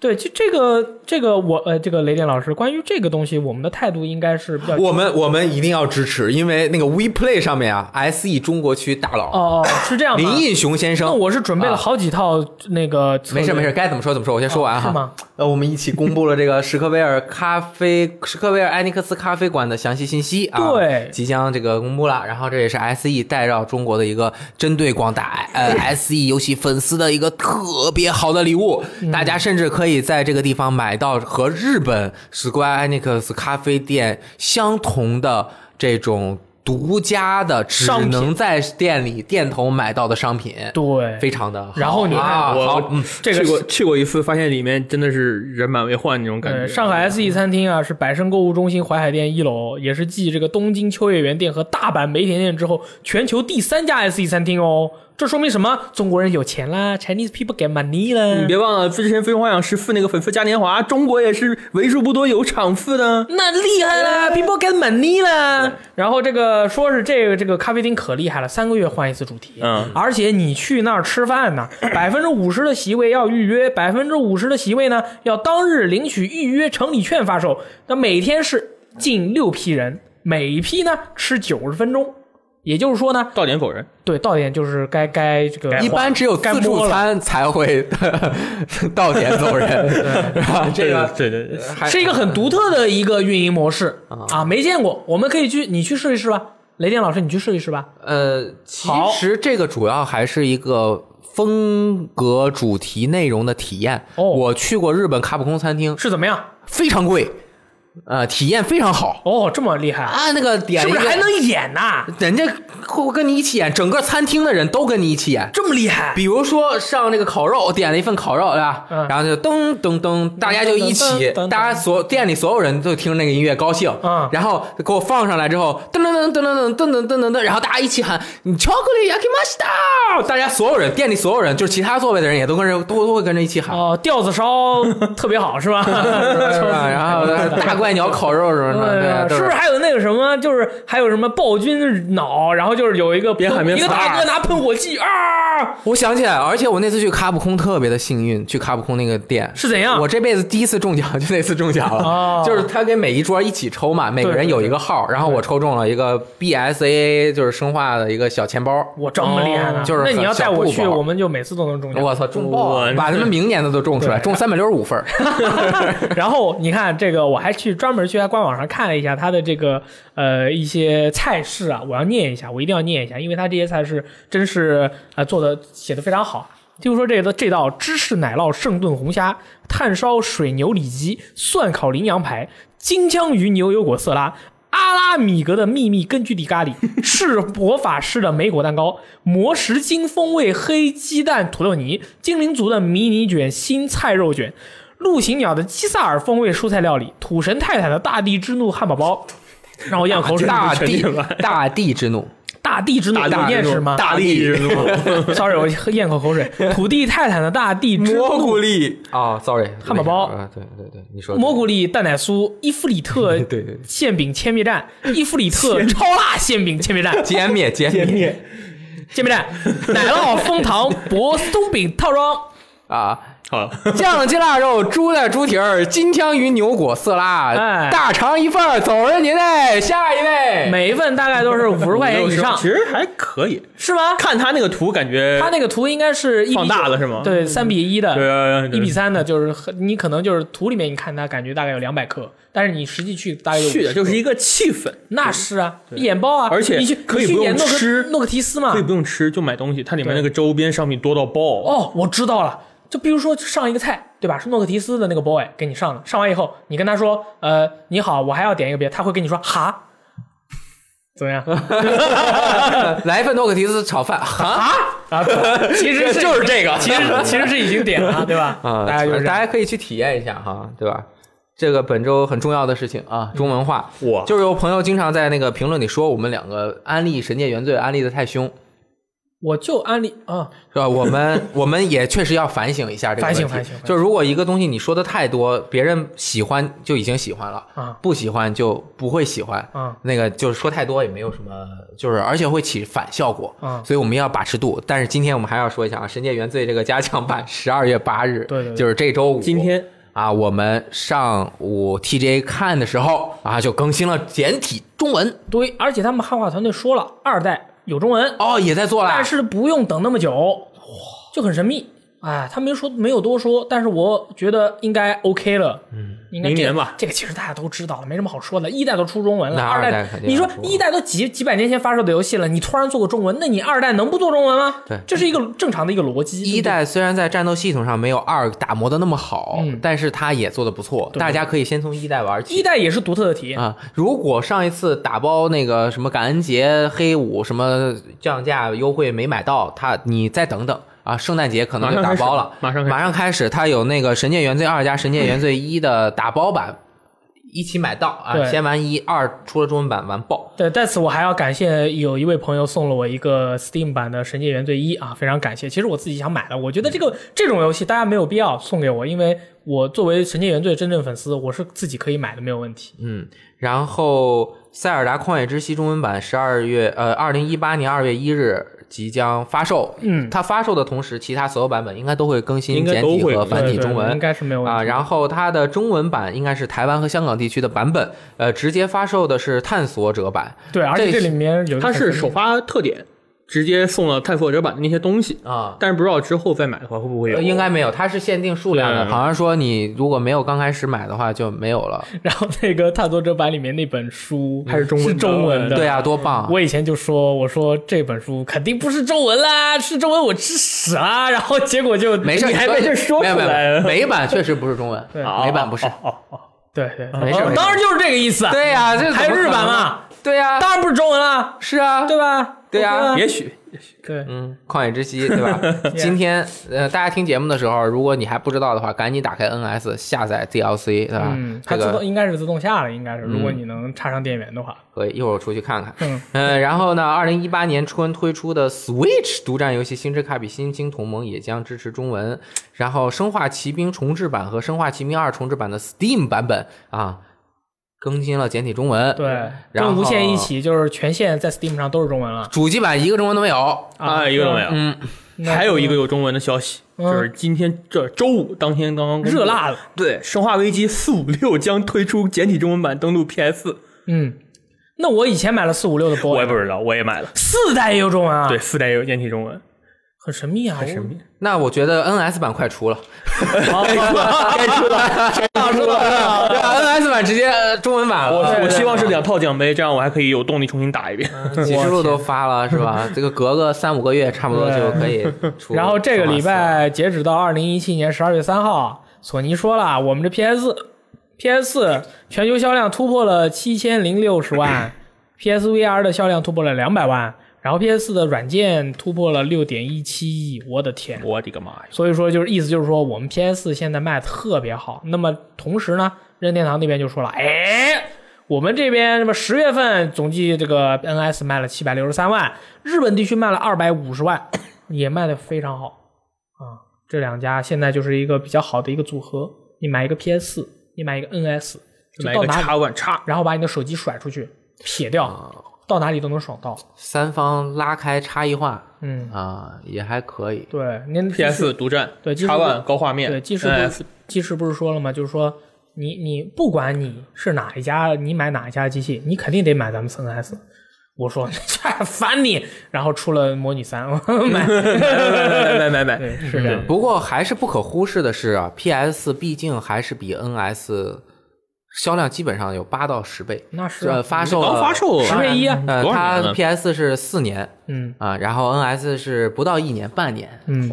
对，就这个这个我呃，这个雷电老师，关于这个东西，我们的态度应该是比较我们我们一定要支持，因为那个 WePlay 上面啊，SE 中国区大佬、哦哦，是这样吗林？印雄先那生，啊我是准备了好几套那个策略，没事没事，该怎么说怎么说，我先说完哦是哈。吗？呃，我们一起公布了这个史克威尔咖啡、史克威尔埃尼克斯咖啡馆的详细信息啊，对即将这个公布了。然后这也是 SE 带到中国的一个针对广大呃 SE 游戏粉丝的一个特别好的礼物，嗯大家甚至可以在这个地方买到和日本史克威尔埃尼克斯咖啡店相同的这种。独家的，只商品能在店里店头买到的商品，对，非常的好。然后你看啊、我好，嗯，这去过个。去过一次，发现里面真的是人满为患那种感觉。呃，上海 SE 餐厅啊，是百盛购物中心淮海店一楼，也是继这个东京秋叶原店和大阪梅田店之后，全球第三家 SE 餐厅哦。这说明什么？中国人有钱啦，Chinese people get money 你啦。嗯别忘了，之前《飞鸿幻想十四》那个粉丝嘉年华，中国也是为数不多有场次的。那厉害啦，people get money 啦。然后这个说是这个这个咖啡厅可厉害了，三个月换一次主题，嗯而且你去那儿吃饭 呢，百分之五十的席位要预约，百分之五十的席位呢要当日领取预约整理券发售。那每天是近六批人，每一批呢吃九十分钟，也就是说呢，到点否认，对，到点就是该该这个一般只有该自助摸了餐才会 到点走人， 是吧？这个对对对，还是一个很独特的一个运营模式啊，没见过，我们可以去你去试一试吧，雷电老师你去试一试吧。呃，其好实这个主要还是一个风格、主题、内容的体验。哦我去过日本卡普空餐厅，是怎么样？非常贵，呃，体验非常好哦，这么厉害，啊。那个点是不是一个还能演呐、人家会跟你一起演，整个餐厅的人都跟你一起演。这么厉害？比如说上那个烤肉，点了一份烤肉，对吧？嗯然后就噔噔噔，大家就一起噔噔噔噔噔，大家所店里所有人都听那个音乐高兴，嗯然后给我放上来之后，噔噔噔噔噔噔噔噔噔噔，然后大家一起喊“你巧克力 y a k i m a s h a 大家所有人，店里所有人，就是其他座位的人也都跟着都都会跟着一起喊。哦、调子烧 特别好是吧？是吧然后大怪鸟烤肉什么的，哎对啊，呃都是不是还有那个什么，就是还有什么暴君脑，然后就是有一个别喊名一词个啊大哥拿喷火器啊，我想起来，而且我那次去卡普空特别的幸运，去卡普空那个店是怎样我这辈子第一次中奖，就那次中奖了。哦就是他给每一桌一起抽嘛，每个人有一个号，然后我抽中了一个 BSAA，就是生化的一个小钱包。我这么厉害呢？哦就是那你要带我小去，布包我们就每次都能中奖。我操，中爆哇了！把他们明年的都中出来，中三百六十五份儿。 然后你看这个，我还去专门去他官网上看了一下他的这个呃一些菜式啊，我要念一下，我一定要念一下，因为他这些菜式真是呃做的写的非常好。譬如说这个这道芝士奶酪圣炖红虾、炭烧水牛里脊、蒜烤羚羊排、金枪鱼牛油果色拉。阿拉米格的秘密根据地咖喱，赤膊法师的莓果蛋糕，魔石金风味黑鸡蛋土豆泥，精灵族的迷你卷新菜肉卷，陆行鸟的基萨尔风味蔬菜料理，土神泰坦的大地之怒汉堡包，让我咽口水。大地大地之怒，大地之怒，大你念是吗？大力是 吗？ ，sorry，我咽口口水。土地泰坦的大地之蘑怒菇力，啊，sorry，汉堡包啊，对对对，你说的对蘑菇粒蛋奶酥，伊芙里特对对对馅饼千面蛋，伊芙里特超辣馅饼千面蛋，歼灭歼灭千面蛋，奶酪枫糖薄松饼套装。啊！ 好， 酱鸡腊肉、猪的猪蹄儿、金枪鱼牛果色拉，哎大肠一份儿，走人您嘞，下一位。每一份大概都是五十块钱以上其，实还可以。是吗？看他那个图，感觉它那个图应该是一比放大了是吗？对，三比一的，对对对一比三的，就是很你可能就是图里面你看它感觉大概有两百克，但是你实际去大概有去的50就是一个气氛，那是啊，一眼包啊，而且你去可以你去不用演诺克吃诺克提斯嘛可以，不用吃就买东西，它里面那个周边商品多到爆。哦，我知道了。就比如说上一个菜，对吧？是诺克提斯的那个 boy 给你上的，上完以后，你跟他说，呃，你好，我还要点一个别的，他会跟你说哈，怎么样？ 来一份诺克提斯炒饭，哈啊，其实 是就是这个其实其实是已经点了，对吧？啊，大概就是这样大家可以去体验一下哈，对吧？这个本周很重要的事情啊，嗯中文化。哇就是有朋友经常在那个评论里说我们两个安利《神界原罪》安利的太凶，我就安利啊，是吧？我们 我们也确实要反省一下这个问题反省反省反省就如果一个东西你说的太多，别人喜欢就已经喜欢了，啊不喜欢就不会喜欢，啊那个就是说太多也没有什么，就是而且会起反效果，啊所以我们要把持度。但是今天我们还要说一下啊，《神界原罪》这个加强版 十二月八日，对对对就是这周五，今天啊，我们上午 TJ 看的时候啊，就更新了简体中文，对，而且他们汉化团队说哦了，二代有中文，哦，也在做了，但是不用等那么久，就很神秘哎，他没说没有多说，但是我觉得应该 OK 了。嗯，应该这明年吧这个其实大家都知道了，没什么好说的。一代都出中文了，那二二代肯定你说要出一代都几几百年前发售的游戏了，你突然做个中文，那你二代能不做中文吗？对这是一个正常的一个逻辑。一对不对代虽然在战斗系统上没有二打磨的那么好，嗯但是它也做的不错。对大家可以先从一代玩起一代也是独特的体验。啊、如果上一次打包那个什么感恩节、黑五什么降价优惠没买到，它你再等等啊，圣诞节可能就打包了。马上开始马上开始马上开始，它有那个《神界原罪二》加《神界原罪一》的打包版，一起买到啊，对先玩一二，出了中文版玩爆。对，在此我还要感谢有一位朋友送了我一个 Steam 版的《神界原罪一》啊，非常感谢。其实我自己想买的，我觉得这嗯个这种游戏大家没有必要送给我，因为我作为《神界原罪》真正粉丝，我是自己可以买的，没有问题。嗯，然后《塞尔达旷野之息》中文版十二月呃二零一八年二月一日即将发售。嗯，它发售的同时，其他所有版本应该都会更新应该简都体会和繁体对对中文。应该是没有问题啊，然后它的中文版应该是台湾和香港地区的版本，呃，直接发售的是探索者版对，而且这这里面有一个它是很首发特点，直接送了探索者版的那些东西，啊。但是不知道之后再买的话会不会有。呃应该没有，它是限定数量的，对好像说你如果没有刚开始买的话就没有了。然后那个探索者版里面那本书还是中文的是中文的，对啊，多棒！我以前就说，我说这本书肯定不是中文啦，是中文我吃屎啊！然后结果就没事，你还被这说没有出没有来了。美版确实不是中文，对哦美版不是。对对，对没事哦没事当然就是这个意思。 对啊呀、这还有日版嘛嘛？对呀、当然不是中文啦，是啊，对吧？对呀 OK 也许对，嗯，旷野之息，对吧？ 今天呃，大家听节目的时候，如果你还不知道的话，赶紧打开 NS 下载 DLC，对吧？嗯，它这自个嗯动应该是自动下了，应该是，如果你能插上电源的话， 可以一会儿我出去看看。嗯呃，然后呢，二零一八年春推出的 Switch 独占游戏《星之卡比新星同盟》也将支持中文。然后《生化奇兵》重置版和《生化奇兵二》重置版的 Steam 版本啊，更新了简体中文。对，然跟后无线一起就是全线在 Steam 上都是中文了主机版一个中文都没有。啊，一个都没有。嗯，那还有一个有中文的消息，嗯就是今天这周五当天刚刚公布热，辣的，对《生化危机四五六》将推出简体中文版，登陆 PS。嗯，那我以前买了四五六的我也 boy，不知道，我也买了。四代也有中文啊，对，，四代也有简体中文，很神秘啊，很神秘。那我觉得 NS 版快出了。该出了，该出了，该出了。对啊，NS 版直接呃中文版了。我我对希望是两套奖杯，这样我还可以有动力重新打一遍。启示录都发了是吧？这个隔个三五个月差不多就可以出。然后这个礼出马四了拜截止到二零一七年十二月三号，索尼说了，我们这 PS PS 四全球销量突破了七千零六十万，PSVR 的销量突破了两百万，然后 PS 四的软件突破了六点一七亿，我的天！我的个妈呀！所以说就是意思就是说，我们 PS 四现在卖得特别好。那么同时呢，任天堂那边就说了，哎，我们这边什么十月份总计这个 NS 卖了七百六十三万，日本地区卖了二百五十万， 也卖得非常好啊。这两家现在就是一个比较好的一个组合，你买一个 PS 四，你买一个 NS，就买一到个哪叉啊里，万叉，然后把你的手机甩出去，撇掉，到哪里都能爽到。三方拉开差异化嗯，啊，也还可以。对，您 PS 独占，对技术叉万高画面，对，技师呃不是技师不是说了吗？就是说你你不管你是哪一家，你买哪一家机器，你肯定得买咱们 3S。我说 烦你，然后出了模拟三，我买。 买买买买对买，是这样不过还是不可忽视的是啊，PS 毕竟还是比 NS 销量基本上有八到十倍，那是啊呃发售刚了发售十倍一啊，呃，多少年它了 PS 是四年嗯啊，然后 NS 是不到一年，半年，嗯，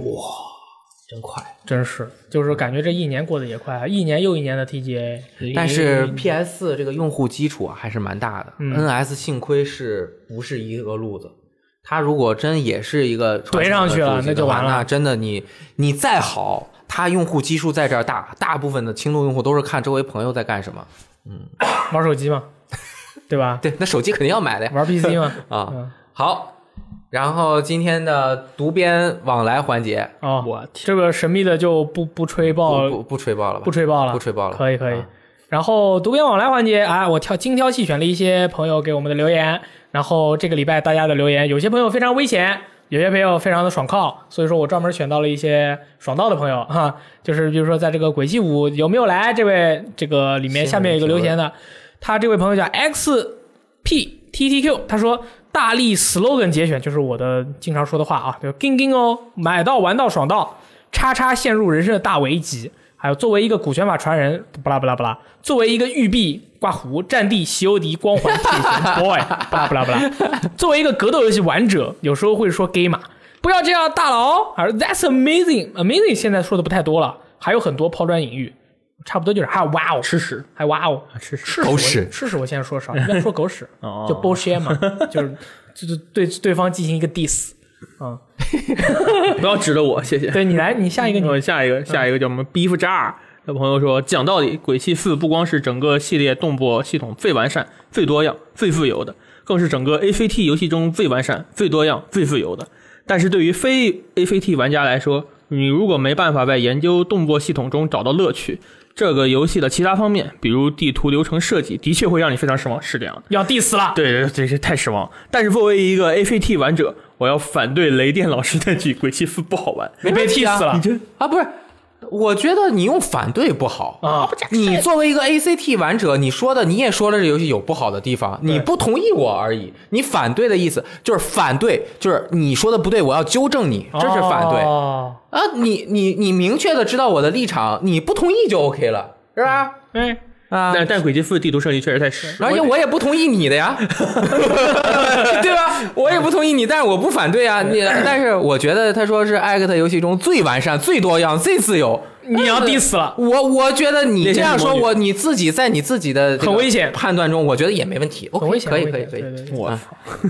真快。真是，就是感觉这一年过得也快啊，一年又一年的 TGA，但是 PS 这个用户基础啊还是蛮大的、嗯 n s 幸亏是不是一个路子？它如果真也是一个传怼上去了统的主机那就的话完了那真的你你再好，它用户基数在这儿大，大部分的轻度用户都是看周围朋友在干什么。玩手机嘛，对吧？对，那手机肯定要买的呀玩 PC 嘛，啊、嗯好，然后今天的读编往来环节哦，我天，这个神秘的就不不吹爆不不不吹爆了吧？哦不吹爆了，不吹爆了，可以可以啊。然后读编往来环节啊，我挑精挑细选了一些朋友给我们的留言。然后这个礼拜大家的留言，有些朋友非常危险，有些朋友非常的爽靠，所以说我专门选到了一些爽到的朋友哈、就是比如说在这个鬼泣五有没有来这位这个里面下面有一个留言的，他这位朋友叫 X P T T Q，他说大力 slogan 节选就是我的经常说的话啊，就是 “ging ging 哦，买到玩到爽到”。叉叉陷入人生的大危机。还有作为一个股权法传人，不啦不啦不啦，作为一个玉璧挂糊战地席欧迪光环铁拳 boy，不啦不啦不啦，作为一个格斗游戏玩者，有时候会说 gay 嘛，不要这样，大佬，还有 that's amazing amazing，现在说的不太多了，还有很多抛砖引玉，差不多就是还有哇哦，吃屎还哇哦，啊吃屎，是狗我屎是是我现在说少，应该说狗屎 哦，就 bullshit 嘛，就是就是对对方进行一个 diss，嗯，不要指着我，谢谢。对你来，你下一个你 我呃下一个，下一个叫什么？逼夫渣儿的朋友说，讲道理，《鬼泣四》不光是整个系列动作系统最完善、最多样、最自由的，更是整个 ACT 游戏中最完善、最多样、最自由的。但是对于非 ACT 玩家来说，你如果没办法在研究动作系统中找到乐趣，这个游戏的其他方面，比如地图流程设计，的确会让你非常失望。是这样的。要 diss 了，对，这是太失望。但是作为一个 ACT 玩者，我要反对雷电老师那句“鬼泣四不好玩”。你被 diss 了，啊，不是，我觉得你用反对不好啊你作为一个 ACT 玩者，你说的你也说了这游戏有不好的地方，你不同意我而已。你反对的意思就是反对，就是你说的不对，我要纠正你，这是反对、哦啊。你你你明确的知道我的立场，你不同意就 OK 了，是吧？哎，啊，但但鬼泣四地图设计确实太失而且我也不同意你的呀， 对吧？我也不同意你，但是我不反对啊。你，但是我觉得他说是艾克特游戏中最完善、最多样、最自由。你要 diss 了，我我觉得你这样说猎天使魔我，你自己在你自己的这个很危险判断中，我觉得也没问题，很危险，可以很可以危可险以。对对对我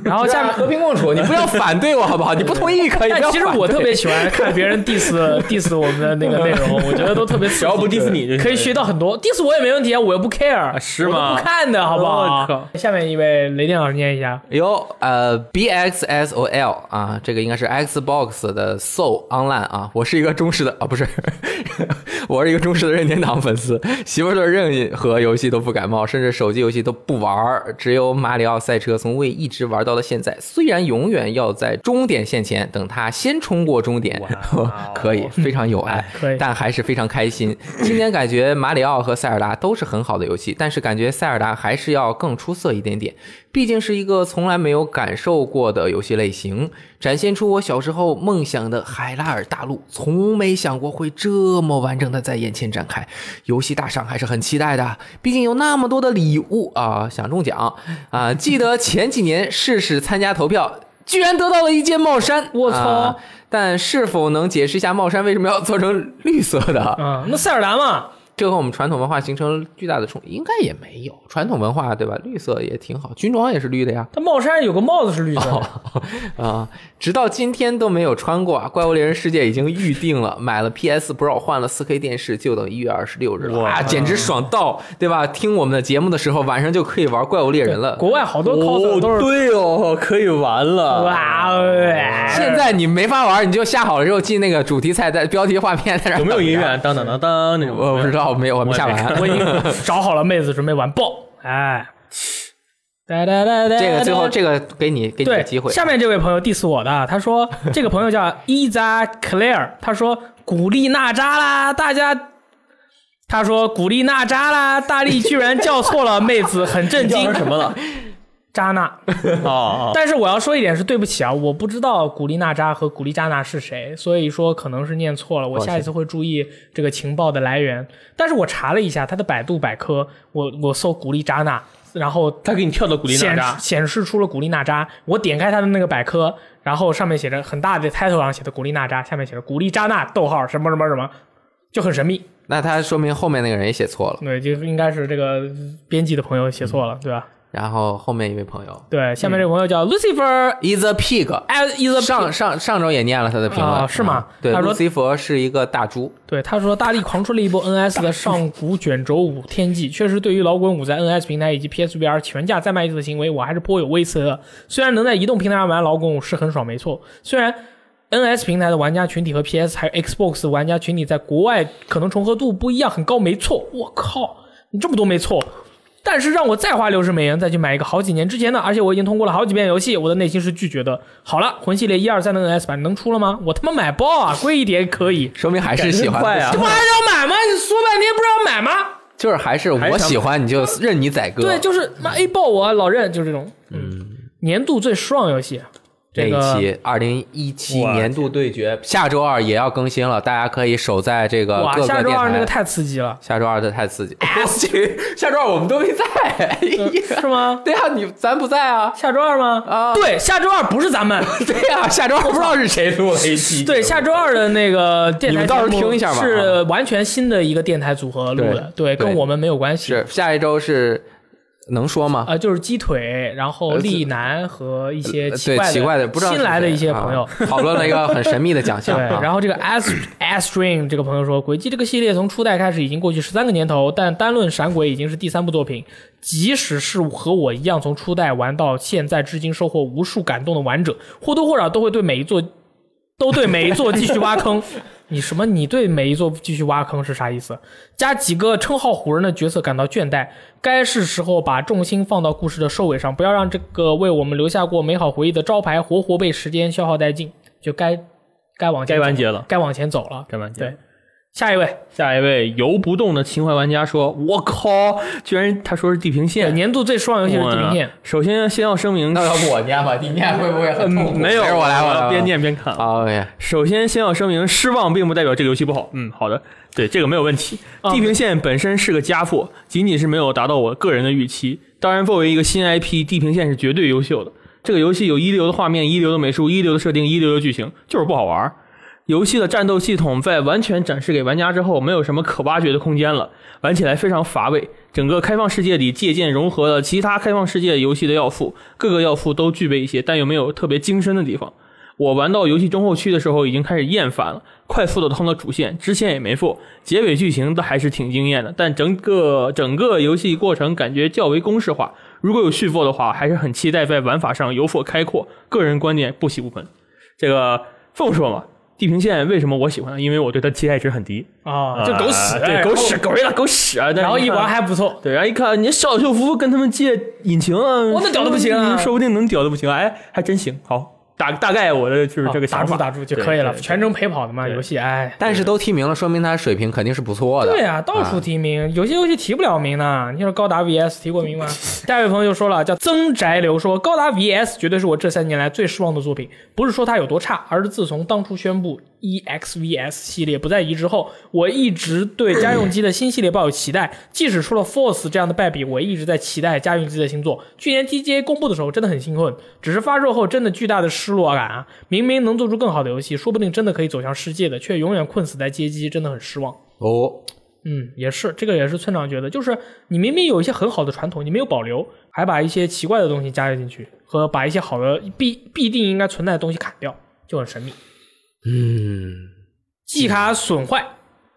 然后好，下面下面和平共处，你不要反对我好不好？你不同意可以，哎 不但要其实我反对特别喜欢看别人 diss diss 我们的那个内容，我觉得都特别只只要不 diss 你就行可以学到很多。diss 我也没问题啊，我又不 care，是我都吗不看的好不我好靠？下面一位雷电老师念一下，有呃，B X S O L 啊，这个应该是 Xbox 的 Soul Online 啊。我是一个忠实的啊，不是， 我是一个忠实的任天堂粉丝。媳妇儿对任何游戏都不感冒，甚至手机游戏都不玩儿，只有马里奥赛车从未一直玩到了现在。虽然永远要在终点线前，等他先冲过终点， 可以非常有爱，哦可以但还是非常开心。今年感觉马里奥和塞尔达都是很好的游戏，但是感觉塞尔达还是要更出色一点点。毕竟是一个从来没有感受过的游戏类型，展现出我小时候梦想的海拉尔大陆，从没想过会这么完整的在眼前展开。游戏大赏还是很期待的，毕竟有那么多的礼物啊、想中奖啊！记得前几年试试参加投票。居然得到了一件帽衫，我操啊但是否能解释一下帽衫为什么要做成绿色的？嗯，那塞尔达嘛，这和我们传统文化形成巨大的冲，应该也没有。传统文化对吧？绿色也挺好，军装也是绿的呀。它帽衫有个帽子是绿色的，啊，直到今天都没有穿过啊！怪物猎人世界已经预定了，买了 PS Pro，换了 4K 电视，就等一月二十六日了啊！简直爽到，对吧？听我们的节目的时候，晚上就可以玩怪物猎人了。哦国外好多 cos 都是对哦，可以玩了哇哦，现在你没法玩，你就下好了之后进那个主题菜单、标题画面，在那儿有没有等着音乐？？啊当当当当 那种？我不知道，没有，我没下完。我已经 找好了妹子准备完爆，哎，哒哒哒哒，这个最后这个给你给你呃对个机会，下面这位朋友 diss 我的啊，他说这个朋友 叫伊扎克莱尔，他说古力娜扎啦，大家。他说：“古力娜扎啦，大力居然叫错了妹子，很震叫 惊成。什么了？扎娜，哦哦哦，但是我要说一点是对不起啊，我不知道古力娜扎和古力扎娜是谁，所以说可能是念错了，我下一次会注意这个情报的来源。但是我查了一下他的百度百科，我我搜古力扎娜，然后他给你跳到古力娜显扎，显示出了古力娜扎。我点开他的那个百科，然后上面写着很大的 title 上写的古力娜扎，下面写着古力扎娜，逗号什么什么什么，就很神秘。那他说明后面那个人也写错了。对，就应该是这个编辑的朋友写错了，对吧？然后后面一位朋友对，下面这个朋友叫 Lucifer is a pig， as is a 上上上周也念了他的评论啊是吗嗯对，他说路西佛是一个大猪，对，他说大力狂出了一波 NS 的上古卷轴五天际，确实对于老滚五在 NS 平台以及 PSVR 全价再卖一次的行为，我还是颇有微词的。虽然能在移动平台上玩老滚五是很爽，没错，虽然。NS 平台的玩家群体和 PS 还有 Xbox 玩家群体在国外可能重合度不一样，很高，没错。我靠，你这么多没错，但是让我再花六十美元再去买一个好几年之前的，而且我已经通过了好几遍游戏，我的内心是拒绝的。好了，魂系列一二三的 NS 版能出了吗？我他妈买爆啊，贵一点也可以。说明还是喜感觉欢快啊这不还是要买吗？你说半天不是要买吗？就是还是我喜欢你就任你宰割。对，就是妈 A 爆我啊，老任就是这种。嗯，年度最失望游戏，这这一个期二零一七哇年度对决，下周二也要更新了，大家可以守在这个哇，呃各下个周电二那个台。太刺激了，下周二的太刺激， 下周二我们都没在。哎呀呃是吗？ 对啊，你咱不在 啊。下周二吗？啊对，下周二不是咱 们。对啊，下周二不知道是谁录了 一期。对，下周二的那个电台你们到时候节目听一下吧啊是完全新的一个电台组合录的，对，对跟对我们没有关系。是下一周是能说吗？呃，就是鸡腿，然后呃丽楠和一些呃对，奇怪的，不知道是新来的谁一些朋友。啊 讨论了一个很神秘的奖对，项。啊然后这个 S S String 这个朋友说，《轨迹》这个系列从初代开始已经过去十三个年头，但单论《闪鬼》已经是第三部作品。即使是和我一样从初代玩到现在，至今收获无数感动的玩者，或多或少都会对每一座，都对每一座继续挖坑。你什么？你对每一座继续挖坑是啥意思？加几个称号唬人的角色感到倦怠，该是时候把重心放到故事的收尾上，不要让这个为我们留下过美好回忆的招牌活活被时间消耗殆尽，就该该往前该走完结了，该往前走了。该完结了。对，下一位，下一位游不动的情怀玩家说：“我靠，居然他说是地平线，嗯年度最爽游戏是《地平线》。首先先要声明，那要不我念吧？你念会不会很痛苦？哦嗯没有，没事我来，我来，边。念边看。啊好，哎呀首先先要声明，失望并不代表这个游戏不好。嗯，好的，对这个没有问题。啊地平线本身是个加破，仅仅是没有达到我个人的预期。当然，作为一个新 IP，地平线是绝对优秀的。这个游戏有一流的画面、一流的美术、一流的设定、一流的剧情，就是不好玩儿。游戏的战斗系统在完全展示给玩家之后，没有什么可挖掘的空间了，玩起来非常乏味。整个开放世界里借鉴融合了其他开放世界游戏的要素，各个要素都具备一些，但又没有特别精深的地方。我玩到游戏中后区的时候，已经开始厌烦了，快速的通了主线，支线也没做，结尾剧情都还是挺惊艳的，但整个整个游戏过程感觉较为公式化。如果有续作的话，还是很期待在玩法上有所开阔。个人观点不喜不愤。这个这么说嘛，地平线为什么我喜欢？因为我对它期待值很低，啊，这狗屎，对，狗屎，狗日的狗屎啊！但是然后一看玩还不错，对，然后一看，你小秀夫跟他们借引擎啊，我那屌得不行啊说不定能屌的不行，哎，还真行。好，大大概我的就是这个打想住法，啊打住就可以了，对对全程陪跑的嘛，对游戏哎。但是都提名了，说明他水平肯定是不错的。对啊，到处提名，有些游戏提不了名呢。你说高达 VS 提过名吗？下一位朋友就说了，叫曾宅流说，高达 VS 绝对是我这三年来最失望的作品。不是说它有多差，而是自从当初宣布 E EXVS 系列不再移植后，我一直对家用机的新系列抱有期待。即使出了 Force 这样的败笔，我一直在期待家用机的新作。去年 TGA 公布的时候真的很兴奋，只是发售后真的巨大的失落感啊！明明能做出更好的游戏，说不定真的可以走向世界的，却永远困死在街机，真的很失望。哦，嗯，也是，这个也是村长觉得，就是你明明有一些很好的传统，你没有保留，还把一些奇怪的东西加入进去，和把一些好的必必定应该存在的东西砍掉，就很神秘。嗯，季卡损坏，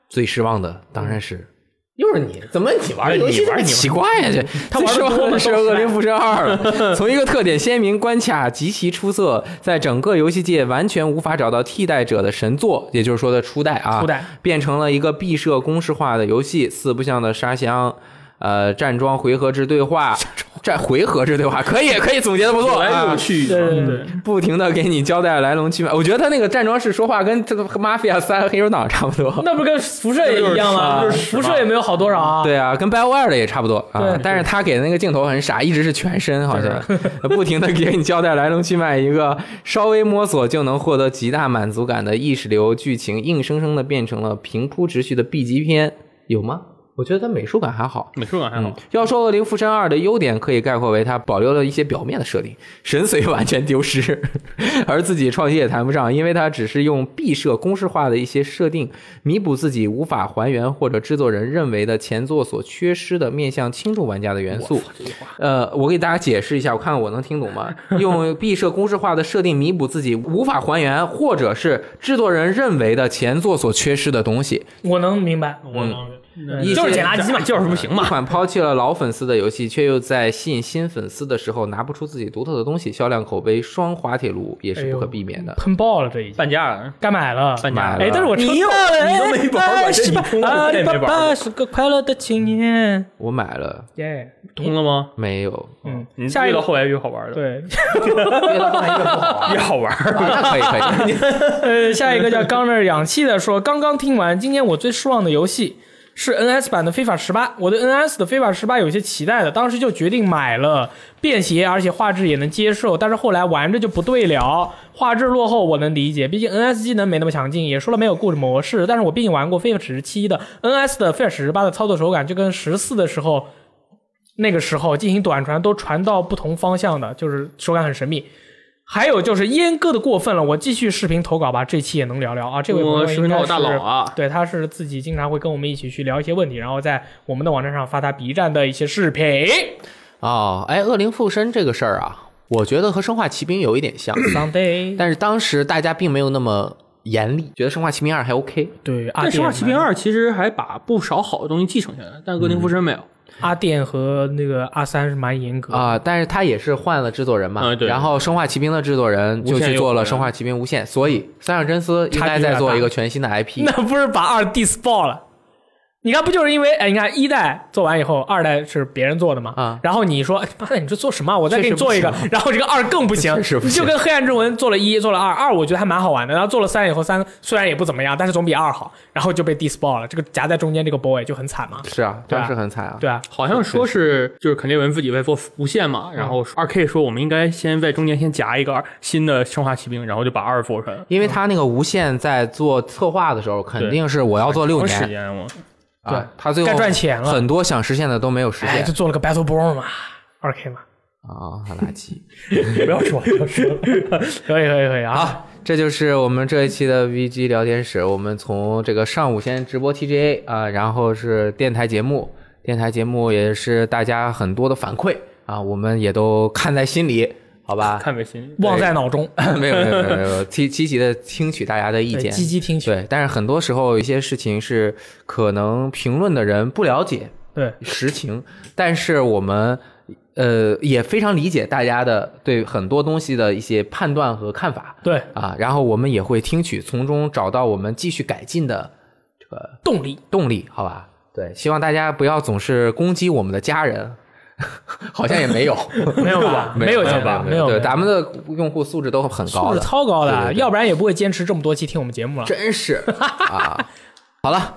最失望的当然是。又是你？怎么你玩游戏这么奇怪呀？这他最玩失得多望了的是《都是恶灵附 身二》了。从一个特点鲜明、关卡极其出色，在整个游戏界完全无法找到替代者的神作，也就是说的初代啊，初代变成了一个闭设公式化的游戏，四不像的沙箱，呃，站桩回合制对话，站回合制对话可以可以总结的不错有来啊有。去，哎对对对不停的给你交代来龙去脉，我觉得他那个站桩式说话跟这个《Mafia 三》黑手党差不多。那不是跟辐射也一样吗？那就是屎辐嘛射也没有好多少啊。，对啊，跟 BioWare 的也差不多啊对，但是他给的那个镜头很傻，一直是全身，好像 不停的给你交代来龙去脉，一个稍微摸索就能获得极大满足感的意识流剧情，硬生生的变成了平铺直叙的 B 级片，有吗？我觉得它美术感还好。美术感啊还嗯好。，要说《恶灵附身二》的优点，可以概括为它保留了一些表面的设定，神髓完全丢失， 而自己创新也谈不上，因为它只是用闭设公式化的一些设定，弥补自己无法还原或者制作人认为的前作所缺失的面向轻度玩家的元素。呃，我给大家解释一下，我看我能听懂吗？用毕设公式化的设定弥补自己无法还原或者是制作人认为的前作所缺失的东西，我能明白，我能嗯一就是些捡垃圾 嘛，就是不行一嘛。款抛弃了老粉丝的游戏，却又在吸引新粉丝的时候拿不出自己独特的东西，销量、口碑双滑铁卢也是不可避免的。喷爆了这已经，半价啊了，该买了。半价买了了哎，但是我你又你都没玩过这哎是你吧？通了阿我这里也没巴玩过巴是个快乐的青年，我买了耶，通了吗？没 有？嗯，你下一越到个后来越好玩的，对，越好 玩。那可以可以， 呃，下一个叫刚那儿氧气的说，刚刚听完今年我最失望的游戏。是 NS 版的 FIFA 十八，我对 NS 的 FIFA 十八有些期待的，当时就决定买了，便携而且画质也能接受，但是后来玩着就不对了，画质落后我能理解，毕竟 NS 技能没那么强劲，也说了没有故事模式，但是我毕竟玩过 FIFA 十七的 NS 的 FIFA 十八的操作手感就跟十四的时候。那个时候进行短传都传到不同方向的，就是手感很神秘。还有就是阉割的过分了，我继续视频投稿吧，这期也能聊聊啊。这位朋友我视频应该投稿大佬是啊对，他是自己经常会跟我们一起去聊一些问题，然后在我们的网站上发他 B 站的一些视 频。哦，哎，恶灵附身这个事儿啊，我觉得和生化奇兵有一点像， Someday，但是当时大家并没有那么严厉，觉得生化奇兵二还 OK。啊对，阿但《生化电奇兵二》其实还把不少好的东西继承下来，但《恶灵附身》没有。嗯阿电和那个阿三是蛮严格的啊、但是他也是换了制作人嘛，嗯对然后《生化奇兵》的制作人就无限去又做回了来《生化奇兵无限》，所以三上真司应差距该有点在做大一个全新的 IP 那。不是把二 diss 爆了？你看，不就是因为哎，你看一代做完以后，二代是别人做的嘛，啊然后你说哎妈的，你这做什么啊？我再给确你实做一个不，然后这个二更不行，确实不你就行跟黑暗之魂做了一，做了二，二我觉得还蛮好玩的，然后做了三以后，三虽然也不怎么样，但是总比二好，然后就被 diss 爆了，这个夹在中间这个 boy 就很惨嘛，是啊，对啊当时很惨啊。对啊，好像说是就是肯定文自己在做无限嘛，然嗯后二 K 说我们应该先在中间先夹一个二新的生化奇兵，然后就把二做出来了。嗯因为他那个无限在做策划的时候，肯定是我要做六长时年间我对啊，他最后该赚钱了很多想实现的都没有实哎，现就做了个 battle born 嘛，二 k 嘛，啊，很垃圾。不要说了，不要说 了，可以可以可以啊，好，这就是我们这一期的 VG 聊天室。我们从这个上午先直播 TGA 啊、然后是电台节目，电台节目也是大家很多的反馈啊，我们也都看在心里，好吧？看微信，忘在脑中，哎没有没有没有没有，积积极的听取大家的意对见，积极听取，对。但是很多时候一些事情是可能评论的人不了解，对，实情，但是我们呃也非常理解大家的对很多东西的一些判断和看法对，啊，然后我们也会听取，从中找到我们继续改进的这个动力。动力，好吧？对，希望大家不要总是攻击我们的家人， 好像也 没有，没有吧没没有家人没有没对，有咱们的用户素质都很高素质的，超高的，啊对对对要不然也不会坚持这么多期听我们节目了。真是 啊。好了，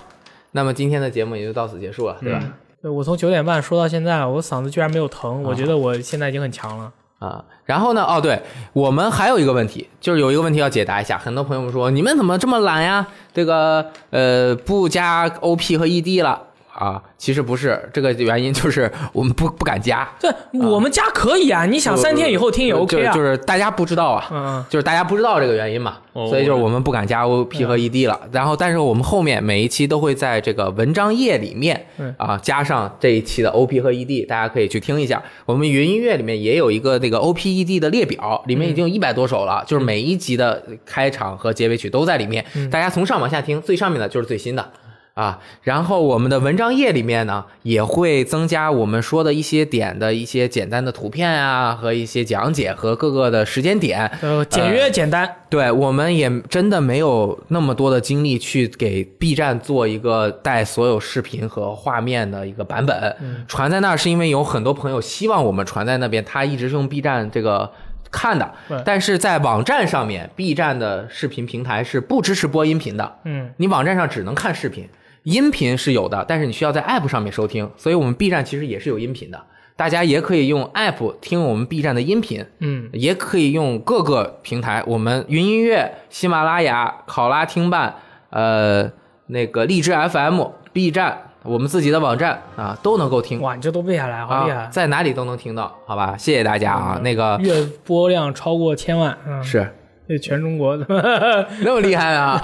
那么今天的节目也就到此结束了，嗯对吧？对我从九点半说到现在，我嗓子居然没有疼，我觉得我现在已经很强了。啊，然后呢？哦，对，我们还有一个问题，就是有一个问题要解答一下。很多朋友们说，你们怎么这么懒呀？这个呃，不加 OP 和 ED 了啊？其实不是，这个原因就是我们不不敢加。 对，我们家可以啊，你想三天以后听也 OK 啊。就就是大家不知道啊，嗯，就是大家不知道这个原因嘛，哦所以就是我们不敢加 OP 和 ED 了。然后，但是我们后面每一期都会在这个文章页里面嗯啊加上这一期的 OP 和 ED，大家可以去听一下。我们云音乐里面也有一个那个 OP ED 的列表，里面已经有一百多首了，就是每一集的开场和结尾曲都在里面，大家从上往下听，最上面的就是最新的。啊，然后我们的文章页里面呢，也会增加我们说的一些点的一些简单的图片啊，和一些讲解和各个的时间点，呃，简约简单，对，我们也真的没有那么多的精力去给 B 站做一个带所有视频和画面的一个版本。传在那儿是因为有很多朋友希望我们传在那边，他一直是用 B 站这个看的对，但是在网站上面，B 站的视频平台是不支持播音频的，嗯，你网站上只能看视频，音频是有的，但是你需要在 App 上面收听，所以我们 B 站其实也是有音频的。大家也可以用 App 听我们 B 站的音频，嗯，也可以用各个平台，我们云音乐、喜马拉雅、考拉听办，呃，那个荔枝 FM、B 站，我们自己的网站啊，都能够听。哇，你这都背下来，好厉害！嗯啊，在哪里都能听到，好吧？谢谢大家啊！那个月播量超过千万，嗯，是这全中国的。 那么厉害啊！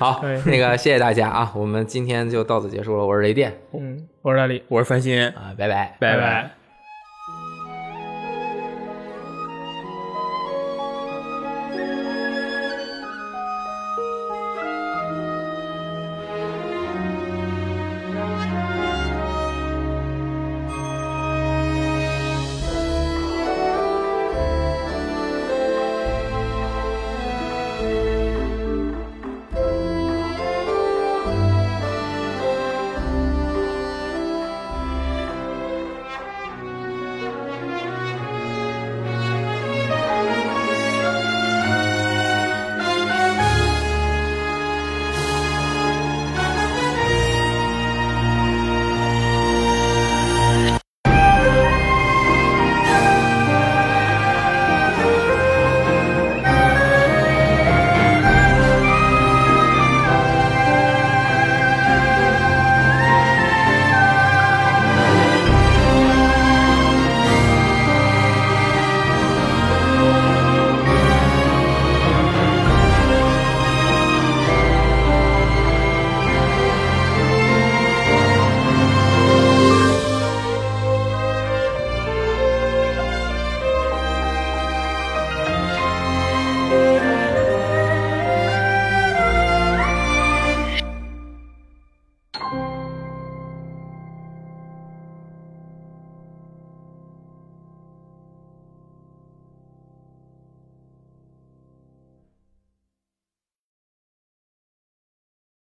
好对，那个谢谢大家啊！我们今天就到此结束了。我是雷电嗯，我是大力，我是范鑫，啊，拜拜。拜拜拜。了。